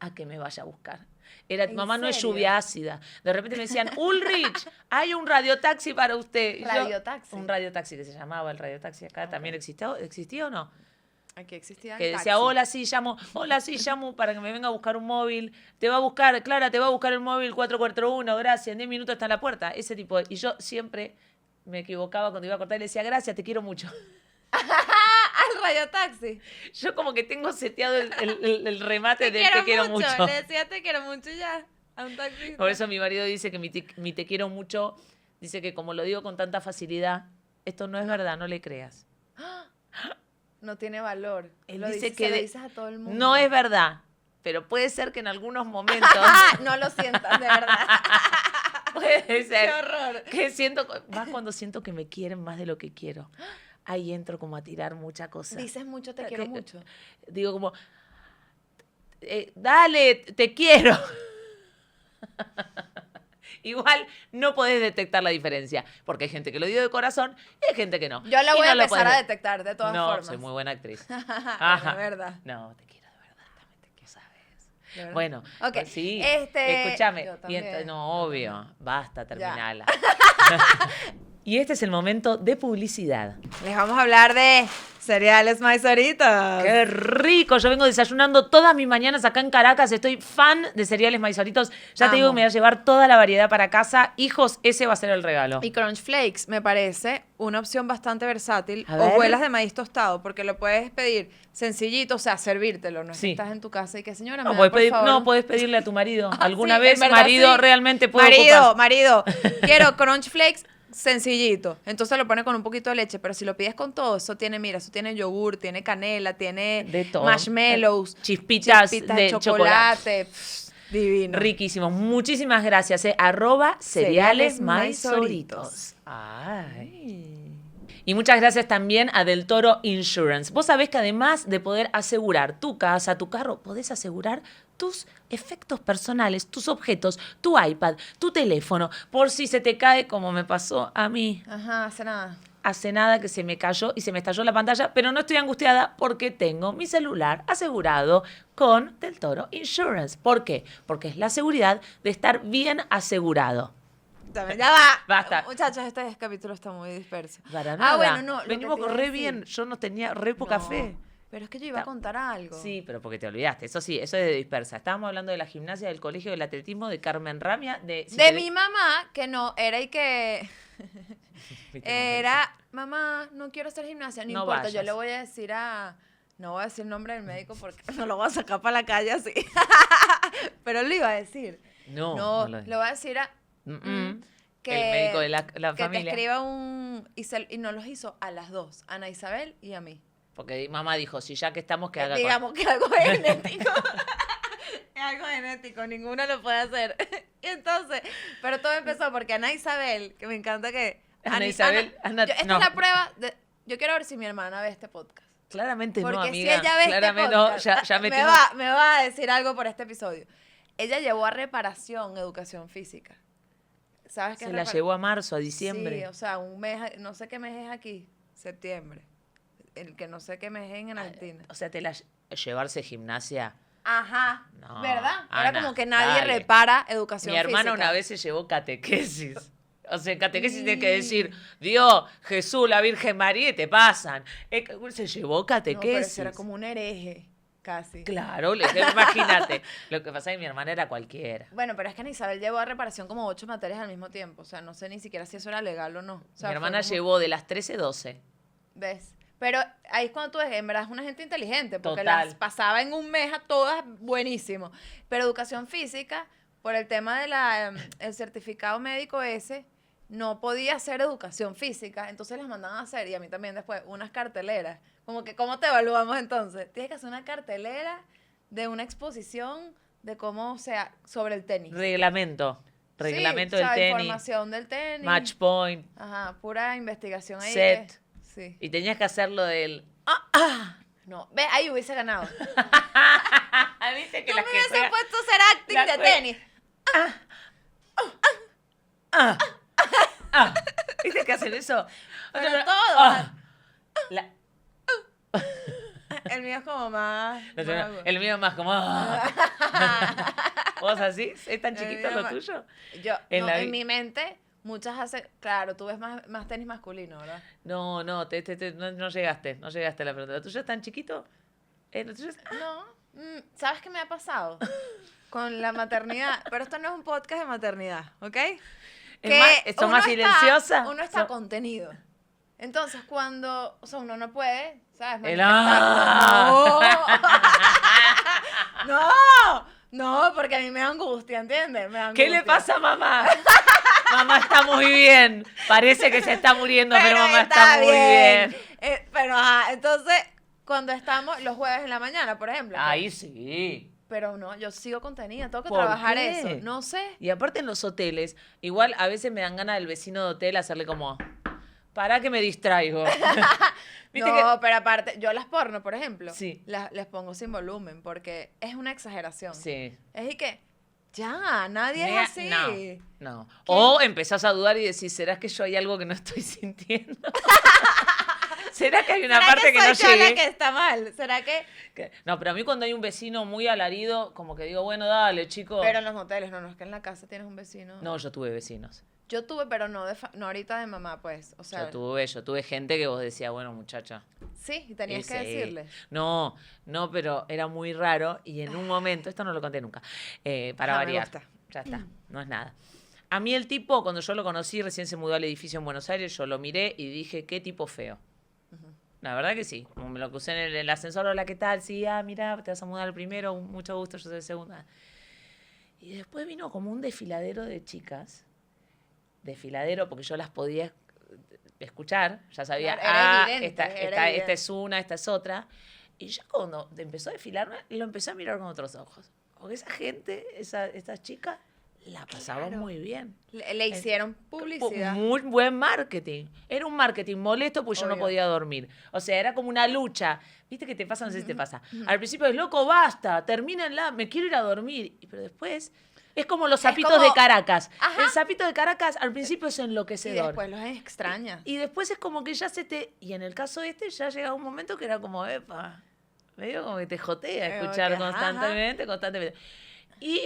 Speaker 1: a que me vaya a buscar. Era,
Speaker 2: ¿En
Speaker 1: mamá no es
Speaker 2: serio?
Speaker 1: lluvia ácida. De repente me decían, Ulrich, hay un radiotaxi para usted. Y yo-
Speaker 2: Radiotaxi.
Speaker 1: Un radiotaxi que se llamaba el radiotaxi acá, ¿también existió, existía o no?
Speaker 2: Aquí existía el
Speaker 1: Que decía,
Speaker 2: taxi.
Speaker 1: hola, sí, llamo, hola, sí, llamo para que me venga a buscar un móvil. Te va a buscar, Clara, te va a buscar el móvil 441, gracias, en 10 minutos está en la puerta. Ese tipo. de- Y yo siempre me equivocaba cuando iba a cortar y le decía, gracias, te quiero mucho.
Speaker 2: Al rayo taxi.
Speaker 1: Yo como que tengo seteado el, el- el- el remate de te quiero mucho.
Speaker 2: Le decía te quiero mucho y ya a un taxista.
Speaker 1: Por eso mi marido dice que mi te, mi te quiero mucho, dice que como lo digo con tanta facilidad, esto no es verdad, no le creas.
Speaker 2: No tiene valor.
Speaker 1: Él
Speaker 2: lo
Speaker 1: dice
Speaker 2: dice
Speaker 1: que
Speaker 2: que
Speaker 1: de- Mm.
Speaker 2: dices a todo el mundo.
Speaker 1: No es verdad. pero puede ser que en algunos momentos,
Speaker 2: Ah, no lo sientas, de verdad.
Speaker 1: puede
Speaker 2: Qué
Speaker 1: ser
Speaker 2: horror.
Speaker 1: que siento, más cuando siento que me quieren más de lo que quiero. Ahí entro como a tirar mucha cosa.
Speaker 2: Dices mucho, te
Speaker 1: que-
Speaker 2: quiero mucho.
Speaker 1: Digo como, eh, dale, te quiero. Igual no podés detectar la diferencia, porque hay gente que lo dio de corazón y hay gente que no.
Speaker 2: Yo la
Speaker 1: Y
Speaker 2: voy
Speaker 1: no
Speaker 2: a
Speaker 1: lo
Speaker 2: empezar
Speaker 1: podés
Speaker 2: a
Speaker 1: ver.
Speaker 2: detectar de todas
Speaker 1: no,
Speaker 2: formas.
Speaker 1: soy muy buena actriz.
Speaker 2: Ajá. De verdad.
Speaker 1: No, te quiero de verdad, también te quiero, sabes.
Speaker 2: de verdad.
Speaker 1: Bueno,
Speaker 2: Ok,
Speaker 1: pues sí,
Speaker 2: este,
Speaker 1: escúchame.
Speaker 2: yo
Speaker 1: y ent-
Speaker 2: también,
Speaker 1: no,
Speaker 2: yo
Speaker 1: obvio,
Speaker 2: también.
Speaker 1: basta, terminala. y este es el momento de publicidad.
Speaker 2: Les vamos a hablar de cereales maizoritos.
Speaker 1: ¡Qué rico! Yo vengo desayunando todas mis mañanas acá en Caracas. Estoy fan de cereales maizoritos. Ya te digo que
Speaker 2: Amo.
Speaker 1: me va a llevar toda la variedad para casa. Hijos, ese va a ser el regalo.
Speaker 2: Y Crunch Flakes me parece una opción bastante versátil.
Speaker 1: A ver.
Speaker 2: O vuelas de maíz tostado, porque lo puedes pedir sencillito, o sea, servírtelo. No es
Speaker 1: Sí.
Speaker 2: que estás en tu casa y que, señora,
Speaker 1: No,
Speaker 2: me da,
Speaker 1: podés
Speaker 2: por
Speaker 1: pedir-
Speaker 2: favor
Speaker 1: no,
Speaker 2: un-
Speaker 1: podés pedirle a tu marido.
Speaker 2: Ah,
Speaker 1: Alguna
Speaker 2: sí,
Speaker 1: vez
Speaker 2: en verdad,
Speaker 1: marido
Speaker 2: sí.
Speaker 1: realmente puede
Speaker 2: Marido,
Speaker 1: ocupar-
Speaker 2: marido, quiero crunch flakes sencillito. Entonces lo pone con un poquito de leche, pero si lo pides con todo, eso tiene, mira, eso tiene yogur, tiene canela, tiene
Speaker 1: De todo.
Speaker 2: marshmallows,
Speaker 1: Chispitas de
Speaker 2: de
Speaker 1: chocolate.
Speaker 2: chocolate. pff, divino.
Speaker 1: Riquísimos. Muchísimas gracias. eh. Arroba
Speaker 2: Cereales
Speaker 1: cereales maizoritos.
Speaker 2: Maizoritos.
Speaker 1: Ay. Y muchas gracias también a Del Toro Insurance. Vos sabés que además de poder asegurar tu casa, tu carro, podés asegurar tus efectos personales, tus objetos, tu iPad, tu teléfono, por si se te cae como me pasó a mí
Speaker 2: Ajá, hace nada.
Speaker 1: hace nada que se me cayó y se me estalló la pantalla, pero no estoy angustiada porque tengo mi celular asegurado con Del Toro Insurance. ¿Por qué? Porque es la seguridad de estar bien asegurado.
Speaker 2: También- Ya va.
Speaker 1: Basta.
Speaker 2: Muchachos, este capítulo está muy disperso.
Speaker 1: Para nada.
Speaker 2: Ah, bueno, no. lo que
Speaker 1: Venimos
Speaker 2: te
Speaker 1: con
Speaker 2: iba a
Speaker 1: re
Speaker 2: decir-
Speaker 1: bien. Yo no tenía re poca
Speaker 2: No,
Speaker 1: fe.
Speaker 2: Pero es que yo iba a
Speaker 1: Está-
Speaker 2: contar algo.
Speaker 1: Sí, pero porque te olvidaste. Eso sí, eso es de dispersa. Estábamos hablando de la gimnasia, del colegio, del atletismo, de Carmen Ramia, de... si
Speaker 2: De
Speaker 1: te-
Speaker 2: mi mamá, que no, era y que.
Speaker 1: Viste cómo es
Speaker 2: Era, mamá, no quiero hacer gimnasia, no,
Speaker 1: No
Speaker 2: importa, yo
Speaker 1: vayas.
Speaker 2: le voy a decir a... No voy a decir el nombre del médico porque no lo voy a sacar para la calle así. Pero lo iba a decir.
Speaker 1: eso. No,
Speaker 2: No,
Speaker 1: no lo es.
Speaker 2: le voy a decir a...
Speaker 1: Mm-mm.
Speaker 2: que-
Speaker 1: el médico de la, la
Speaker 2: que te
Speaker 1: familia.
Speaker 2: escriba un... Y, se- y nos los hizo a las dos, a Ana Isabel y a mí.
Speaker 1: Porque mamá dijo, si ya que estamos, que haga... con-
Speaker 2: Digamos que algo genético. es algo genético, ninguno lo puede hacer. y entonces, pero todo empezó porque Ana Isabel, que me encanta que...
Speaker 1: Ana Isabel, Ana-
Speaker 2: yo- esta
Speaker 1: no.
Speaker 2: es la prueba, de- yo quiero ver si mi hermana ve este podcast.
Speaker 1: Claramente
Speaker 2: Porque
Speaker 1: no,
Speaker 2: si
Speaker 1: amiga.
Speaker 2: ella ve este
Speaker 1: Claramente no,
Speaker 2: podcast,
Speaker 1: ya, ya me,
Speaker 2: me,
Speaker 1: tengo-
Speaker 2: va, me va a decir algo por este episodio. Ella llevó a reparación educación física. ¿Sabes qué
Speaker 1: Se
Speaker 2: es
Speaker 1: la
Speaker 2: repara-
Speaker 1: llevó a marzo, a
Speaker 2: Sí,
Speaker 1: diciembre.
Speaker 2: o sea, un mes, a- no sé qué mes es aquí, septiembre. El que no sé qué mes es en Argentina.
Speaker 1: Ah, o sea, te la lle- llevarse gimnasia.
Speaker 2: Ajá,
Speaker 1: No,
Speaker 2: ¿verdad?
Speaker 1: Ana,
Speaker 2: Era como que nadie
Speaker 1: dale.
Speaker 2: repara educación
Speaker 1: Mi hermana
Speaker 2: física.
Speaker 1: una vez se llevó catequesis. O sea, en catequesis tiene que decir, Dios, Jesús, la Virgen María, y te pasan. Eh, Se llevó
Speaker 2: No, pero
Speaker 1: catequesis.
Speaker 2: eso era como un hereje, casi.
Speaker 1: Claro, le- imagínate. Lo que pasa es que mi hermana era cualquiera.
Speaker 2: Bueno, pero es que Ana Isabel llevó a reparación como ocho materias al mismo tiempo. O sea, no sé ni siquiera si eso era legal o no. O sea,
Speaker 1: mi
Speaker 2: fue
Speaker 1: hermana
Speaker 2: como-
Speaker 1: llevó de las 13, 12.
Speaker 2: ¿Ves? Pero ahí es cuando tú ves, en verdad es una gente inteligente, porque
Speaker 1: Total.
Speaker 2: las pasaba en un mes a todas buenísimo. Pero educación física, por el tema del el certificado médico ese, no podía hacer educación física, entonces las mandaban a hacer, y a mí también después, unas carteleras. Como que, ¿cómo te evaluamos entonces? Tienes que hacer una cartelera de una exposición de cómo, o sea, sobre el tenis.
Speaker 1: Reglamento.
Speaker 2: Sí,
Speaker 1: Reglamento
Speaker 2: o sea,
Speaker 1: del tenis.
Speaker 2: información del tenis.
Speaker 1: Match point.
Speaker 2: Ajá, pura investigación ahí.
Speaker 1: Set.
Speaker 2: que- sí.
Speaker 1: Y tenías que hacerlo del.
Speaker 2: No, ve, ahí hubiese ganado.
Speaker 1: Viste
Speaker 2: Tú
Speaker 1: las
Speaker 2: me
Speaker 1: que
Speaker 2: hubiese
Speaker 1: juegan-
Speaker 2: puesto a hacer acting
Speaker 1: las
Speaker 2: de
Speaker 1: que-
Speaker 2: tenis.
Speaker 1: Ah, ah. ¿Viste que hacen eso?
Speaker 2: Pero
Speaker 1: Otra-
Speaker 2: todos.
Speaker 1: ah. La-
Speaker 2: El mío es como más.
Speaker 1: la-
Speaker 2: más agudo.
Speaker 1: el mío más como. ah. ¿Vos así? ¿Es tan
Speaker 2: El
Speaker 1: chiquito
Speaker 2: mío
Speaker 1: lo
Speaker 2: más-
Speaker 1: tuyo?
Speaker 2: Yo,
Speaker 1: en
Speaker 2: no,
Speaker 1: la vi-
Speaker 2: en mi mente, muchas hacen. Claro, tú ves más, más tenis masculino, ¿verdad?
Speaker 1: No, no, te- te- te- no, no llegaste. No llegaste a la pregunta. ¿Lo tuyo es tan chiquito? Eh, ¿Lo tuyo es.?
Speaker 2: No. mm, ¿Sabes qué me ha pasado? Con la maternidad. Pero esto no es un podcast de maternidad, ¿ok?
Speaker 1: Es más, son
Speaker 2: uno
Speaker 1: más
Speaker 2: está-
Speaker 1: silenciosa.
Speaker 2: Uno está
Speaker 1: Son-
Speaker 2: contenido. Entonces, cuando. O sea, uno no puede, ¿sabes?
Speaker 1: El ah.
Speaker 2: Manifestar. ¡No! no, no, porque a mí me da angustia, ¿entiendes? Me da
Speaker 1: ¿Qué le
Speaker 2: angustia.
Speaker 1: pasa a mamá? mamá está muy bien. Parece que se está muriendo, pero, mamá está, muy bien.
Speaker 2: Eh, pero, ajá, entonces, cuando estamos los jueves en la mañana, por ejemplo. que-
Speaker 1: Ahí sí.
Speaker 2: Pero no, yo sigo contenida, tengo que
Speaker 1: ¿Por
Speaker 2: trabajar
Speaker 1: qué?
Speaker 2: eso. No sé.
Speaker 1: Y aparte en los hoteles, igual a veces me dan ganas del vecino de hotel hacerle como, para que me distraigo. Viste
Speaker 2: no,
Speaker 1: que-
Speaker 2: pero aparte, yo las porno, por ejemplo,
Speaker 1: Sí.
Speaker 2: las, les pongo sin volumen porque es una exageración.
Speaker 1: Sí.
Speaker 2: Es y que, ya, nadie
Speaker 1: Mea-
Speaker 2: es así.
Speaker 1: No, no. O empezás a dudar y decís, ¿será que yo hay algo que no estoy sintiendo? ¿Será que hay una
Speaker 2: ¿Será
Speaker 1: parte que, no
Speaker 2: soy yo la
Speaker 1: llegué?
Speaker 2: que está mal? ¿Será que...?
Speaker 1: Que- No, pero a mí cuando hay un vecino muy alarido, como que digo, bueno, dale, chico.
Speaker 2: Pero en los moteles, no, no, es que en la casa tienes un vecino.
Speaker 1: Oh. No, yo tuve vecinos.
Speaker 2: Yo tuve, pero no, de fa- no ahorita de mamá, pues. O sea,
Speaker 1: Yo tuve, yo tuve gente que vos decías, bueno, muchacha.
Speaker 2: sí, y tenías
Speaker 1: Y
Speaker 2: que
Speaker 1: sí.
Speaker 2: decirle.
Speaker 1: No, no, pero era muy raro y en un momento, esto no lo conté nunca, eh, para
Speaker 2: Ajá, Ah, me
Speaker 1: variar.
Speaker 2: gusta.
Speaker 1: Ya está, no es nada. A mí el tipo, cuando yo lo conocí, recién se mudó al edificio en Buenos Aires, yo lo miré y dije, qué tipo feo. La verdad que sí, como me lo crucé en el, el ascensor, hola, ¿qué tal? Sí, ah, mira, te vas a mudar el primero, mucho gusto, yo soy el segundo. Y después vino como un desfiladero de chicas, desfiladero porque yo las podía eh, escuchar, ya sabía,
Speaker 2: Claro, era
Speaker 1: ah,
Speaker 2: evidente,
Speaker 1: esta,
Speaker 2: era
Speaker 1: esta, esta
Speaker 2: evidente.
Speaker 1: es una, esta es otra. Y ya cuando empezó a desfilar, lo empecé a mirar con otros ojos. Porque esa gente, esa, estas chicas, la pasaban
Speaker 2: Claro.
Speaker 1: muy bien.
Speaker 2: Le, le hicieron publicidad.
Speaker 1: Muy buen marketing. Era un marketing molesto porque yo no
Speaker 2: Obvio.
Speaker 1: podía dormir. O sea, era como una lucha. ¿Viste que te pasa? No sé si te pasa. Al principio es loco, basta, termínenla, me quiero ir a dormir. Y- Pero después es como los sapitos de
Speaker 2: como-
Speaker 1: Caracas.
Speaker 2: Ajá.
Speaker 1: El sapito de Caracas al principio es
Speaker 2: y
Speaker 1: enloquecedor.
Speaker 2: después los extrañas.
Speaker 1: Y después es como que ya se te. Y en el caso este, ya llegaba un momento que era como, epa, medio como que te jotea
Speaker 2: Como
Speaker 1: escuchar
Speaker 2: que, ajá, ajá.
Speaker 1: constantemente, constantemente. Y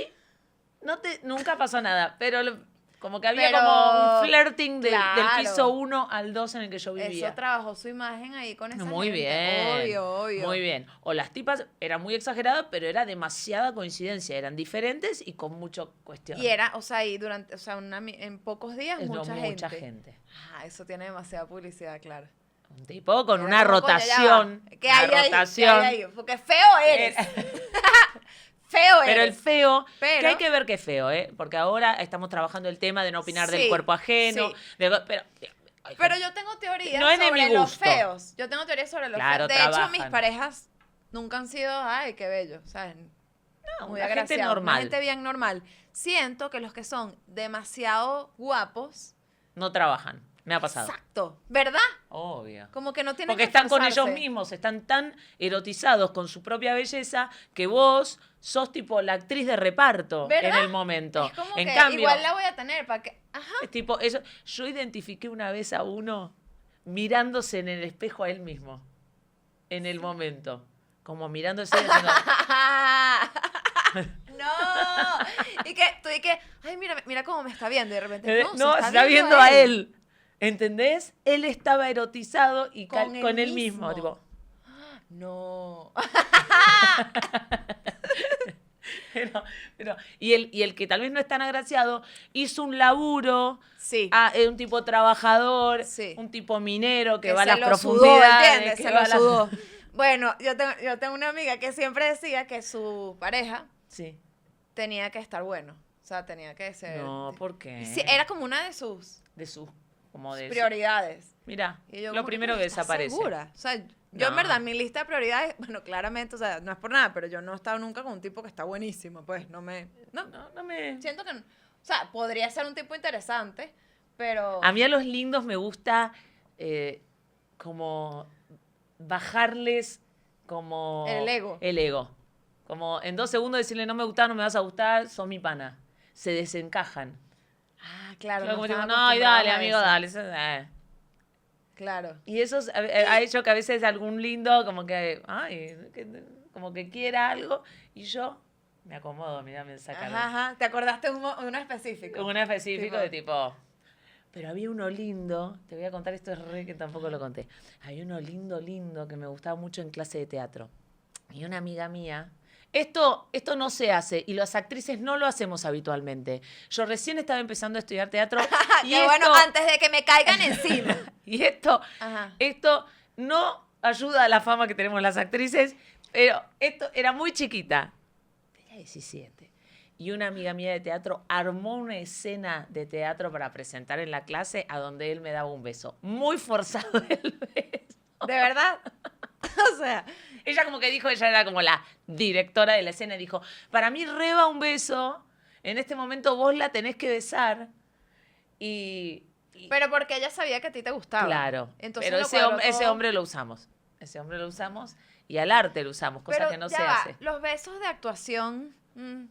Speaker 1: no te, nunca pasó nada, pero lo- como que había
Speaker 2: Pero-
Speaker 1: como un flirting de- del
Speaker 2: claro.
Speaker 1: piso 1 al 2 en el que yo vivía.
Speaker 2: Eso trabajó su imagen ahí con esa
Speaker 1: Muy
Speaker 2: gente.
Speaker 1: bien.
Speaker 2: Obvio, obvio.
Speaker 1: Muy bien. O las tipas, era muy exagerado, pero era demasiada coincidencia. Eran diferentes y con mucho cuestión.
Speaker 2: Y era, o sea, y durante, o sea, una mi- en pocos días
Speaker 1: Es no,
Speaker 2: mucha,
Speaker 1: mucha
Speaker 2: gente.
Speaker 1: gente.
Speaker 2: Ah, eso tiene demasiada publicidad, claro.
Speaker 1: Un tipo con
Speaker 2: Era
Speaker 1: una
Speaker 2: como, coño, ya va.
Speaker 1: rotación.
Speaker 2: ¿Qué
Speaker 1: una
Speaker 2: hay ahí? ¿Qué
Speaker 1: rotación.
Speaker 2: hay ahí? Porque feo eres. feo
Speaker 1: Pero el
Speaker 2: eres.
Speaker 1: feo, que
Speaker 2: Pero-
Speaker 1: hay que ver qué feo, ¿eh? Porque ahora estamos trabajando el tema de no opinar del
Speaker 2: Sí,
Speaker 1: cuerpo ajeno.
Speaker 2: sí.
Speaker 1: de- pero, ay,
Speaker 2: Pero
Speaker 1: gente,
Speaker 2: yo tengo teorías
Speaker 1: No es de
Speaker 2: sobre
Speaker 1: mi
Speaker 2: los
Speaker 1: gusto.
Speaker 2: feos. Yo tengo teorías sobre los
Speaker 1: Claro,
Speaker 2: feos. De
Speaker 1: trabajan.
Speaker 2: hecho, mis parejas nunca han sido, ay, qué bello, ¿sabes?
Speaker 1: no,
Speaker 2: Muy
Speaker 1: una gente
Speaker 2: agraciados, una
Speaker 1: normal.
Speaker 2: gente bien normal. Siento que los que son demasiado guapos.
Speaker 1: No trabajan. Me ha pasado.
Speaker 2: Exacto. ¿Verdad?
Speaker 1: Obvio.
Speaker 2: Como que no tienen
Speaker 1: Porque
Speaker 2: que
Speaker 1: están con ellos
Speaker 2: esforzarse.
Speaker 1: mismos, están tan erotizados con su propia belleza que vos sos tipo la actriz de reparto en
Speaker 2: ¿Verdad?
Speaker 1: el momento.
Speaker 2: Es como
Speaker 1: en
Speaker 2: que
Speaker 1: cambio,
Speaker 2: igual la voy a tener para que. Ajá.
Speaker 1: es tipo, eso, yo identifiqué una vez a uno mirándose en el espejo a él mismo, en el momento, como mirándose y haciendo,
Speaker 2: no. Y que tú y que, ay, mira, mira cómo me está viendo. Y de repente,
Speaker 1: Eh,
Speaker 2: no,
Speaker 1: No, se está viendo a él. ¿Entendés? Él estaba erotizado y cal- con,
Speaker 2: Con él
Speaker 1: él mismo.
Speaker 2: mismo.
Speaker 1: tipo,
Speaker 2: No.
Speaker 1: pero- pero- y, el, y el que tal vez no es tan agraciado hizo un laburo.
Speaker 2: Sí.
Speaker 1: Ah, es un tipo trabajador,
Speaker 2: Sí.
Speaker 1: un tipo minero que,
Speaker 2: se
Speaker 1: va a las
Speaker 2: lo
Speaker 1: profundidades.
Speaker 2: Sudó, ¿entiendes?
Speaker 1: que va
Speaker 2: Se lo
Speaker 1: a la-
Speaker 2: sudó. Bueno, yo tengo, yo tengo una amiga que siempre decía que su pareja
Speaker 1: Sí.
Speaker 2: tenía que estar bueno. O sea, tenía que ser.
Speaker 1: No, pues. ¿por qué?
Speaker 2: Sí, era como una de sus
Speaker 1: de sus como de
Speaker 2: prioridades.
Speaker 1: Mira,
Speaker 2: Y yo
Speaker 1: lo
Speaker 2: como
Speaker 1: primero
Speaker 2: "Pero
Speaker 1: que
Speaker 2: ¿estás
Speaker 1: desaparece.
Speaker 2: segura?". O sea, yo
Speaker 1: No.
Speaker 2: en verdad, mi lista de prioridades, bueno, claramente, o sea, no es por nada, pero yo no he estado nunca con un tipo que está buenísimo, pues, no me... No,
Speaker 1: No, no me...
Speaker 2: siento que, no- o sea, podría ser un tipo interesante, pero...
Speaker 1: A mí a los lindos me gusta eh, como bajarles como...
Speaker 2: El ego.
Speaker 1: El ego. Como en dos segundos decirle no me gusta, no me vas a gustar, sos mi pana. Se desencajan.
Speaker 2: Ah, claro.
Speaker 1: Luego como
Speaker 2: estaba
Speaker 1: tipo, no, y
Speaker 2: acostumbrada
Speaker 1: dale,
Speaker 2: a
Speaker 1: amigo,
Speaker 2: eso".
Speaker 1: dale. eso, eh.
Speaker 2: Claro.
Speaker 1: Y eso es- ha- ha hecho que a veces algún lindo como que, ay, que- como que quiera algo. Y yo me acomodo, mira, me sacaron.
Speaker 2: Ajá, ajá. ¿Te acordaste de uno, uno específico?
Speaker 1: Un específico
Speaker 2: Tipo-
Speaker 1: de tipo. Pero había uno lindo, te voy a contar esto es re que tampoco lo conté. Había uno lindo, lindo que me gustaba mucho en clase de teatro. Y una amiga mía. Esto, esto no se hace y las actrices no lo hacemos habitualmente. Yo recién estaba empezando a estudiar teatro
Speaker 2: Ah,
Speaker 1: y,
Speaker 2: qué
Speaker 1: esto,
Speaker 2: bueno, antes de que me caigan encima.
Speaker 1: y esto,
Speaker 2: Ajá.
Speaker 1: esto no ayuda a la fama que tenemos las actrices, pero esto era muy chiquita. Tenía 17. Y una amiga mía de teatro armó una escena de teatro para presentar en la clase a donde él me daba un beso. Muy forzado el beso.
Speaker 2: De verdad. o sea,
Speaker 1: Ella como que dijo, ella era como la directora de la escena, y dijo, para mí reba un beso, en este momento vos la tenés que besar y... y-
Speaker 2: Pero porque ella sabía que a ti te gustaba.
Speaker 1: claro,
Speaker 2: Entonces
Speaker 1: pero
Speaker 2: lo
Speaker 1: ese,
Speaker 2: cuadró
Speaker 1: hom- ese
Speaker 2: todo.
Speaker 1: hombre lo usamos, ese hombre lo usamos y al arte lo usamos, cosa
Speaker 2: Pero
Speaker 1: que no
Speaker 2: ya
Speaker 1: se
Speaker 2: va,
Speaker 1: hace.
Speaker 2: Los besos de actuación. mm,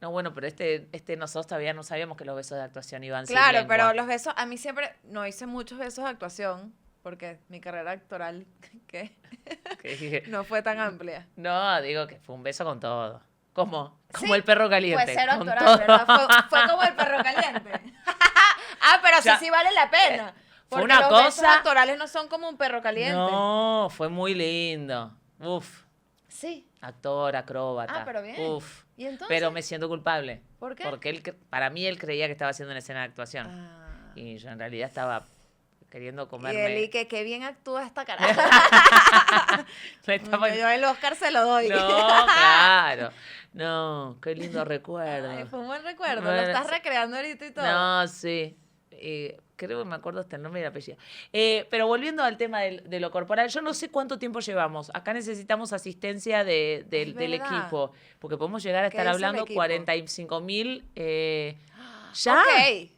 Speaker 1: No, bueno, pero este, este nosotros todavía no sabíamos que los besos de actuación iban sin
Speaker 2: Claro,
Speaker 1: lengua.
Speaker 2: pero los besos, a mí siempre, no hice muchos besos de actuación, porque mi carrera actoral que
Speaker 1: Que-
Speaker 2: no fue tan amplia.
Speaker 1: No, digo que fue un beso con todo. ¿Cómo? Como
Speaker 2: Sí,
Speaker 1: el perro caliente.
Speaker 2: Fue cero
Speaker 1: con
Speaker 2: actoral,
Speaker 1: todo.
Speaker 2: ¿verdad? Fue, fue como el perro caliente. ah, pero así
Speaker 1: Ya.
Speaker 2: sí vale la pena.
Speaker 1: eh, Fue
Speaker 2: Porque
Speaker 1: una
Speaker 2: los besos
Speaker 1: cosa-
Speaker 2: actorales no son como un perro caliente.
Speaker 1: No, fue muy lindo. Uf,
Speaker 2: Sí.
Speaker 1: actor, acróbata.
Speaker 2: Ah, pero bien.
Speaker 1: Uf.
Speaker 2: ¿Y entonces?
Speaker 1: Pero me siento culpable.
Speaker 2: ¿Por qué?
Speaker 1: Porque él, cre- para mí él creía que estaba haciendo una escena de actuación.
Speaker 2: Ah. Y,
Speaker 1: Y yo en realidad estaba queriendo
Speaker 2: él,
Speaker 1: comerme.
Speaker 2: y que qué bien actúa esta caraja. Mm,
Speaker 1: Me
Speaker 2: yo,
Speaker 1: estaba-
Speaker 2: yo el Oscar se lo doy.
Speaker 1: No, claro. No, qué lindo recuerdo.
Speaker 2: Ay, fue un buen recuerdo.
Speaker 1: Bueno,
Speaker 2: lo estás
Speaker 1: sí.
Speaker 2: recreando ahorita y todo.
Speaker 1: No, sí. Eh, creo que me acuerdo hasta el nombre y el apellido. Eh, pero volviendo al tema del- de lo corporal, yo no sé cuánto tiempo llevamos. Acá necesitamos asistencia de- del-
Speaker 2: Es
Speaker 1: del
Speaker 2: verdad.
Speaker 1: equipo, porque podemos llegar a
Speaker 2: ¿Qué
Speaker 1: estar
Speaker 2: dice mi
Speaker 1: hablando
Speaker 2: equipo?
Speaker 1: 45 mil. eh, ya.
Speaker 2: Ok.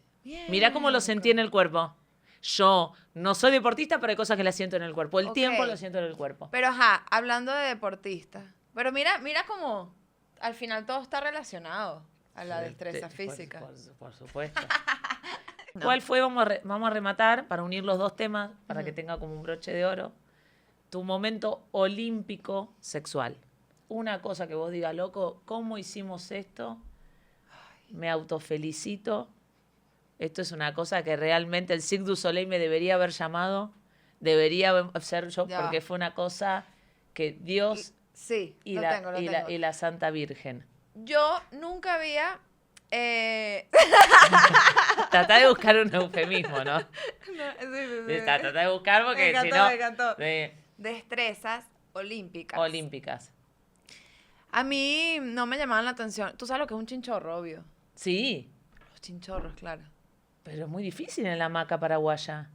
Speaker 1: Mirá cómo lo sentí en el cuerpo. Yo no soy deportista, pero hay cosas que las siento en el cuerpo. El
Speaker 2: Ok.
Speaker 1: tiempo lo siento en el cuerpo.
Speaker 2: Pero ajá, hablando de deportistas. Pero mira, mira cómo al final todo está relacionado a la
Speaker 1: Sí,
Speaker 2: destreza
Speaker 1: sí, por-
Speaker 2: física.
Speaker 1: Por, su- por supuesto. ¿Cuál fue? Vamos a, re- vamos a rematar para unir los dos temas, para que tenga como un broche de oro. Tu momento olímpico sexual. Una cosa que vos digas, loco, ¿cómo hicimos esto? Me autofelicito. Esto es una cosa que realmente el Cirque du Soleil me debería haber llamado. Debería haber- ser yo,
Speaker 2: Ya va.
Speaker 1: porque fue una cosa que Dios
Speaker 2: Sí,
Speaker 1: y,
Speaker 2: lo
Speaker 1: la,
Speaker 2: tengo, lo
Speaker 1: y la-
Speaker 2: tengo.
Speaker 1: y la Santa Virgen.
Speaker 2: Yo nunca había. eh,
Speaker 1: Tratá de buscar un eufemismo, ¿no?
Speaker 2: no, sí, sí, sí.
Speaker 1: Sí, ta- Tratá de buscar porque
Speaker 2: Me
Speaker 1: si
Speaker 2: encantó,
Speaker 1: no.
Speaker 2: me encantó.
Speaker 1: de-
Speaker 2: Destrezas olímpicas.
Speaker 1: olímpicas.
Speaker 2: a mí no me llamaban la atención. Tú sabes lo que es un chinchorro, obvio.
Speaker 1: Sí,
Speaker 2: Los chinchorros, claro.
Speaker 1: pero es muy difícil en la hamaca paraguaya.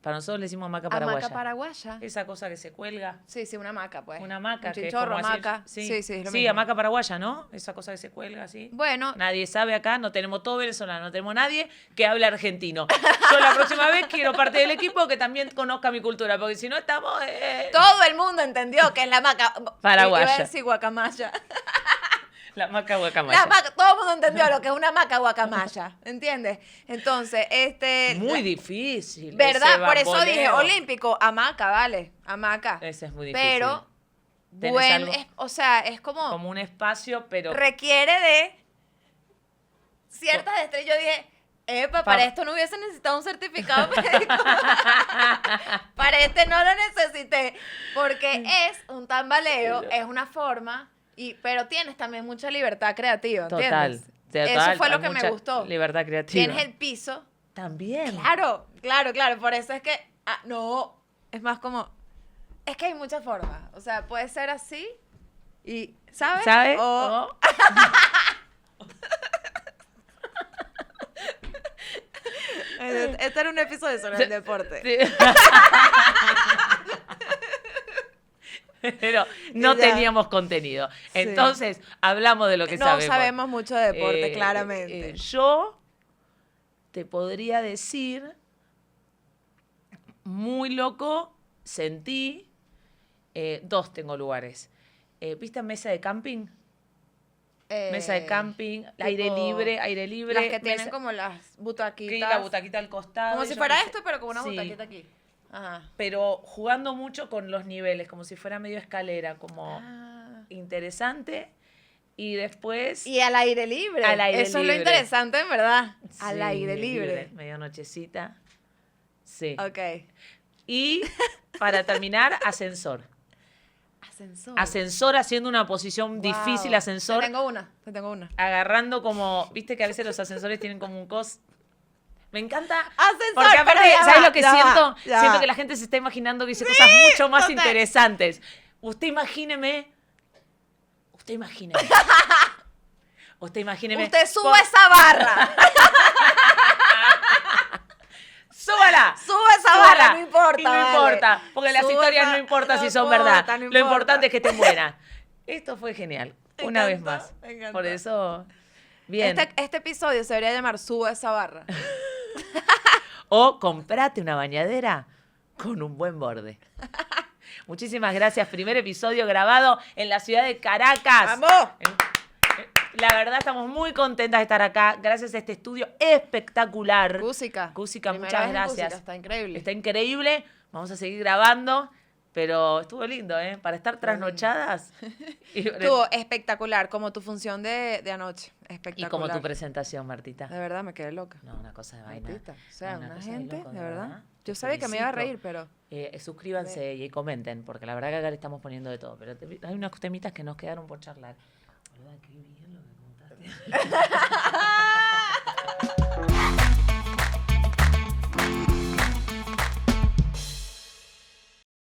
Speaker 1: Para nosotros le decimos hamaca
Speaker 2: Hamaca
Speaker 1: paraguaya.
Speaker 2: paraguaya.
Speaker 1: Esa cosa que se cuelga.
Speaker 2: Sí, sí, una hamaca, pues.
Speaker 1: Una hamaca.
Speaker 2: Un
Speaker 1: que es
Speaker 2: chinchorro,
Speaker 1: como decir-
Speaker 2: hamaca.
Speaker 1: sí,
Speaker 2: sí,
Speaker 1: sí,
Speaker 2: es lo mismo.
Speaker 1: hamaca paraguaya, ¿no? Esa cosa que se cuelga así.
Speaker 2: Bueno,
Speaker 1: Nadie sabe acá, no tenemos todo venezolano, no tenemos nadie que hable argentino. Yo la próxima vez quiero parte del equipo que también conozca mi cultura, porque si no estamos. eh,
Speaker 2: todo el mundo entendió que es la hamaca.
Speaker 1: Paraguaya.
Speaker 2: Iba a decir guacamaya.
Speaker 1: La hamaca
Speaker 2: La
Speaker 1: guacamaya.
Speaker 2: hamaca, todo el mundo entendió lo que es una hamaca guacamaya, ¿entiendes? Entonces, este...
Speaker 1: Muy difícil.
Speaker 2: ¿Verdad?
Speaker 1: ese
Speaker 2: Por eso dije,
Speaker 1: bamboleo.
Speaker 2: olímpico, hamaca, vale, hamaca.
Speaker 1: Ese es muy difícil.
Speaker 2: Pero,
Speaker 1: Tenés
Speaker 2: buen,
Speaker 1: algo-
Speaker 2: es- o sea, es como,
Speaker 1: como un espacio, pero
Speaker 2: requiere de ciertas destrezas. Yo dije, epa, para esto no hubiese necesitado un certificado médico. para este no lo necesité,
Speaker 1: Mm.
Speaker 2: porque es un tambaleo, es una forma... Y, pero tienes también mucha libertad creativa,
Speaker 1: total.
Speaker 2: ¿entiendes? Eso
Speaker 1: total,
Speaker 2: fue lo
Speaker 1: hay
Speaker 2: que me
Speaker 1: mucha
Speaker 2: gustó.
Speaker 1: Libertad creativa.
Speaker 2: Tienes el piso.
Speaker 1: También.
Speaker 2: Claro, claro, claro. Por eso es que. ah, no. Es más como. Es que hay muchas formas. O sea, puede ser así. Y. ¿Sabes?
Speaker 1: ¿Sabes? Oh.
Speaker 2: O,
Speaker 1: O-
Speaker 2: Este este era un episodio sobre el deporte.
Speaker 1: Sí. Pero no
Speaker 2: Y ya.
Speaker 1: teníamos contenido. Entonces, hablamos de lo que
Speaker 2: No
Speaker 1: sabemos.
Speaker 2: sabemos. mucho de deporte,
Speaker 1: Eh,
Speaker 2: claramente.
Speaker 1: eh, yo te podría decir, muy loco, sentí, eh, dos tengo lugares. Eh, ¿Viste mesa de camping?
Speaker 2: Eh,
Speaker 1: Mesa de camping, aire
Speaker 2: tipo
Speaker 1: libre, aire libre.
Speaker 2: Las que tienen
Speaker 1: mesa-
Speaker 2: como las butaquitas.
Speaker 1: que la butaquita al costado.
Speaker 2: Como
Speaker 1: y
Speaker 2: si
Speaker 1: yo
Speaker 2: fuera
Speaker 1: me se-
Speaker 2: esto, pero con una
Speaker 1: Sí,
Speaker 2: butaquita aquí. Ajá.
Speaker 1: Pero jugando mucho con los niveles, como si fuera medio escalera, como
Speaker 2: Ah.
Speaker 1: interesante. Y después...
Speaker 2: Y al aire libre.
Speaker 1: Al aire
Speaker 2: Eso es
Speaker 1: libre.
Speaker 2: lo interesante, en verdad. al
Speaker 1: Sí,
Speaker 2: aire libre.
Speaker 1: Medio nochecita. Sí.
Speaker 2: Ok.
Speaker 1: Y para terminar, ascensor.
Speaker 2: Ascensor.
Speaker 1: Ascensor haciendo una posición
Speaker 2: Wow.
Speaker 1: difícil, ascensor
Speaker 2: Te tengo una, te tengo una.
Speaker 1: agarrando como, viste que a veces los ascensores tienen como un cos. Me encanta.
Speaker 2: Ascensor,
Speaker 1: Porque aparte,
Speaker 2: pero ya
Speaker 1: ¿sabes
Speaker 2: va,
Speaker 1: lo que
Speaker 2: ya
Speaker 1: siento?
Speaker 2: va, ya
Speaker 1: siento
Speaker 2: va.
Speaker 1: que la gente se está imaginando que hice cosas mucho más
Speaker 2: total.
Speaker 1: interesantes. Usted imagíneme. Usted imagíneme. Usted imagíneme.
Speaker 2: Usted sube
Speaker 1: con-
Speaker 2: esa barra.
Speaker 1: ¡Súbala!
Speaker 2: Sube esa
Speaker 1: Súbala.
Speaker 2: vara, no importa.
Speaker 1: Y no
Speaker 2: vale.
Speaker 1: importa, porque las
Speaker 2: Sube
Speaker 1: historias
Speaker 2: esa-
Speaker 1: no importa si
Speaker 2: no
Speaker 1: son
Speaker 2: importa,
Speaker 1: verdad.
Speaker 2: no
Speaker 1: Lo
Speaker 2: importa.
Speaker 1: importante es que estén buenas. Esto fue genial.
Speaker 2: Me
Speaker 1: Una vez
Speaker 2: encantó,
Speaker 1: más.
Speaker 2: me encantó.
Speaker 1: Por eso. Bien.
Speaker 2: Este, este episodio se debería llamar Sube esa barra.
Speaker 1: O comprate una bañadera con un buen borde. Muchísimas gracias. Primer episodio grabado en la ciudad de Caracas.
Speaker 2: ¡Vamos!
Speaker 1: La verdad, estamos muy contentas de estar acá. Gracias a este estudio espectacular.
Speaker 2: Cúsica.
Speaker 1: Cúsica,
Speaker 2: Primera
Speaker 1: muchas
Speaker 2: vez en
Speaker 1: gracias.
Speaker 2: Cúsica, está increíble.
Speaker 1: Está increíble. Vamos a seguir grabando. Pero estuvo lindo, ¿eh? Para estar trasnochadas. Y,
Speaker 2: Estuvo espectacular, como tu función de, de anoche.
Speaker 1: y
Speaker 2: Espectacular. Eh,
Speaker 1: como tu presentación, Martita.
Speaker 2: De verdad, me quedé loca.
Speaker 1: No, una cosa de vaina.
Speaker 2: Maldita. O sea,
Speaker 1: No,
Speaker 2: una,
Speaker 1: cosa
Speaker 2: gente,
Speaker 1: loco,
Speaker 2: de verdad. Yo sabía que me iba a reír,
Speaker 1: Felicito.
Speaker 2: pero...
Speaker 1: Eh, suscríbanse y comenten, porque la verdad que acá le estamos poniendo de todo. Pero te- hay unas temitas que nos quedaron por charlar. Boluda, qué bien lo que contaste.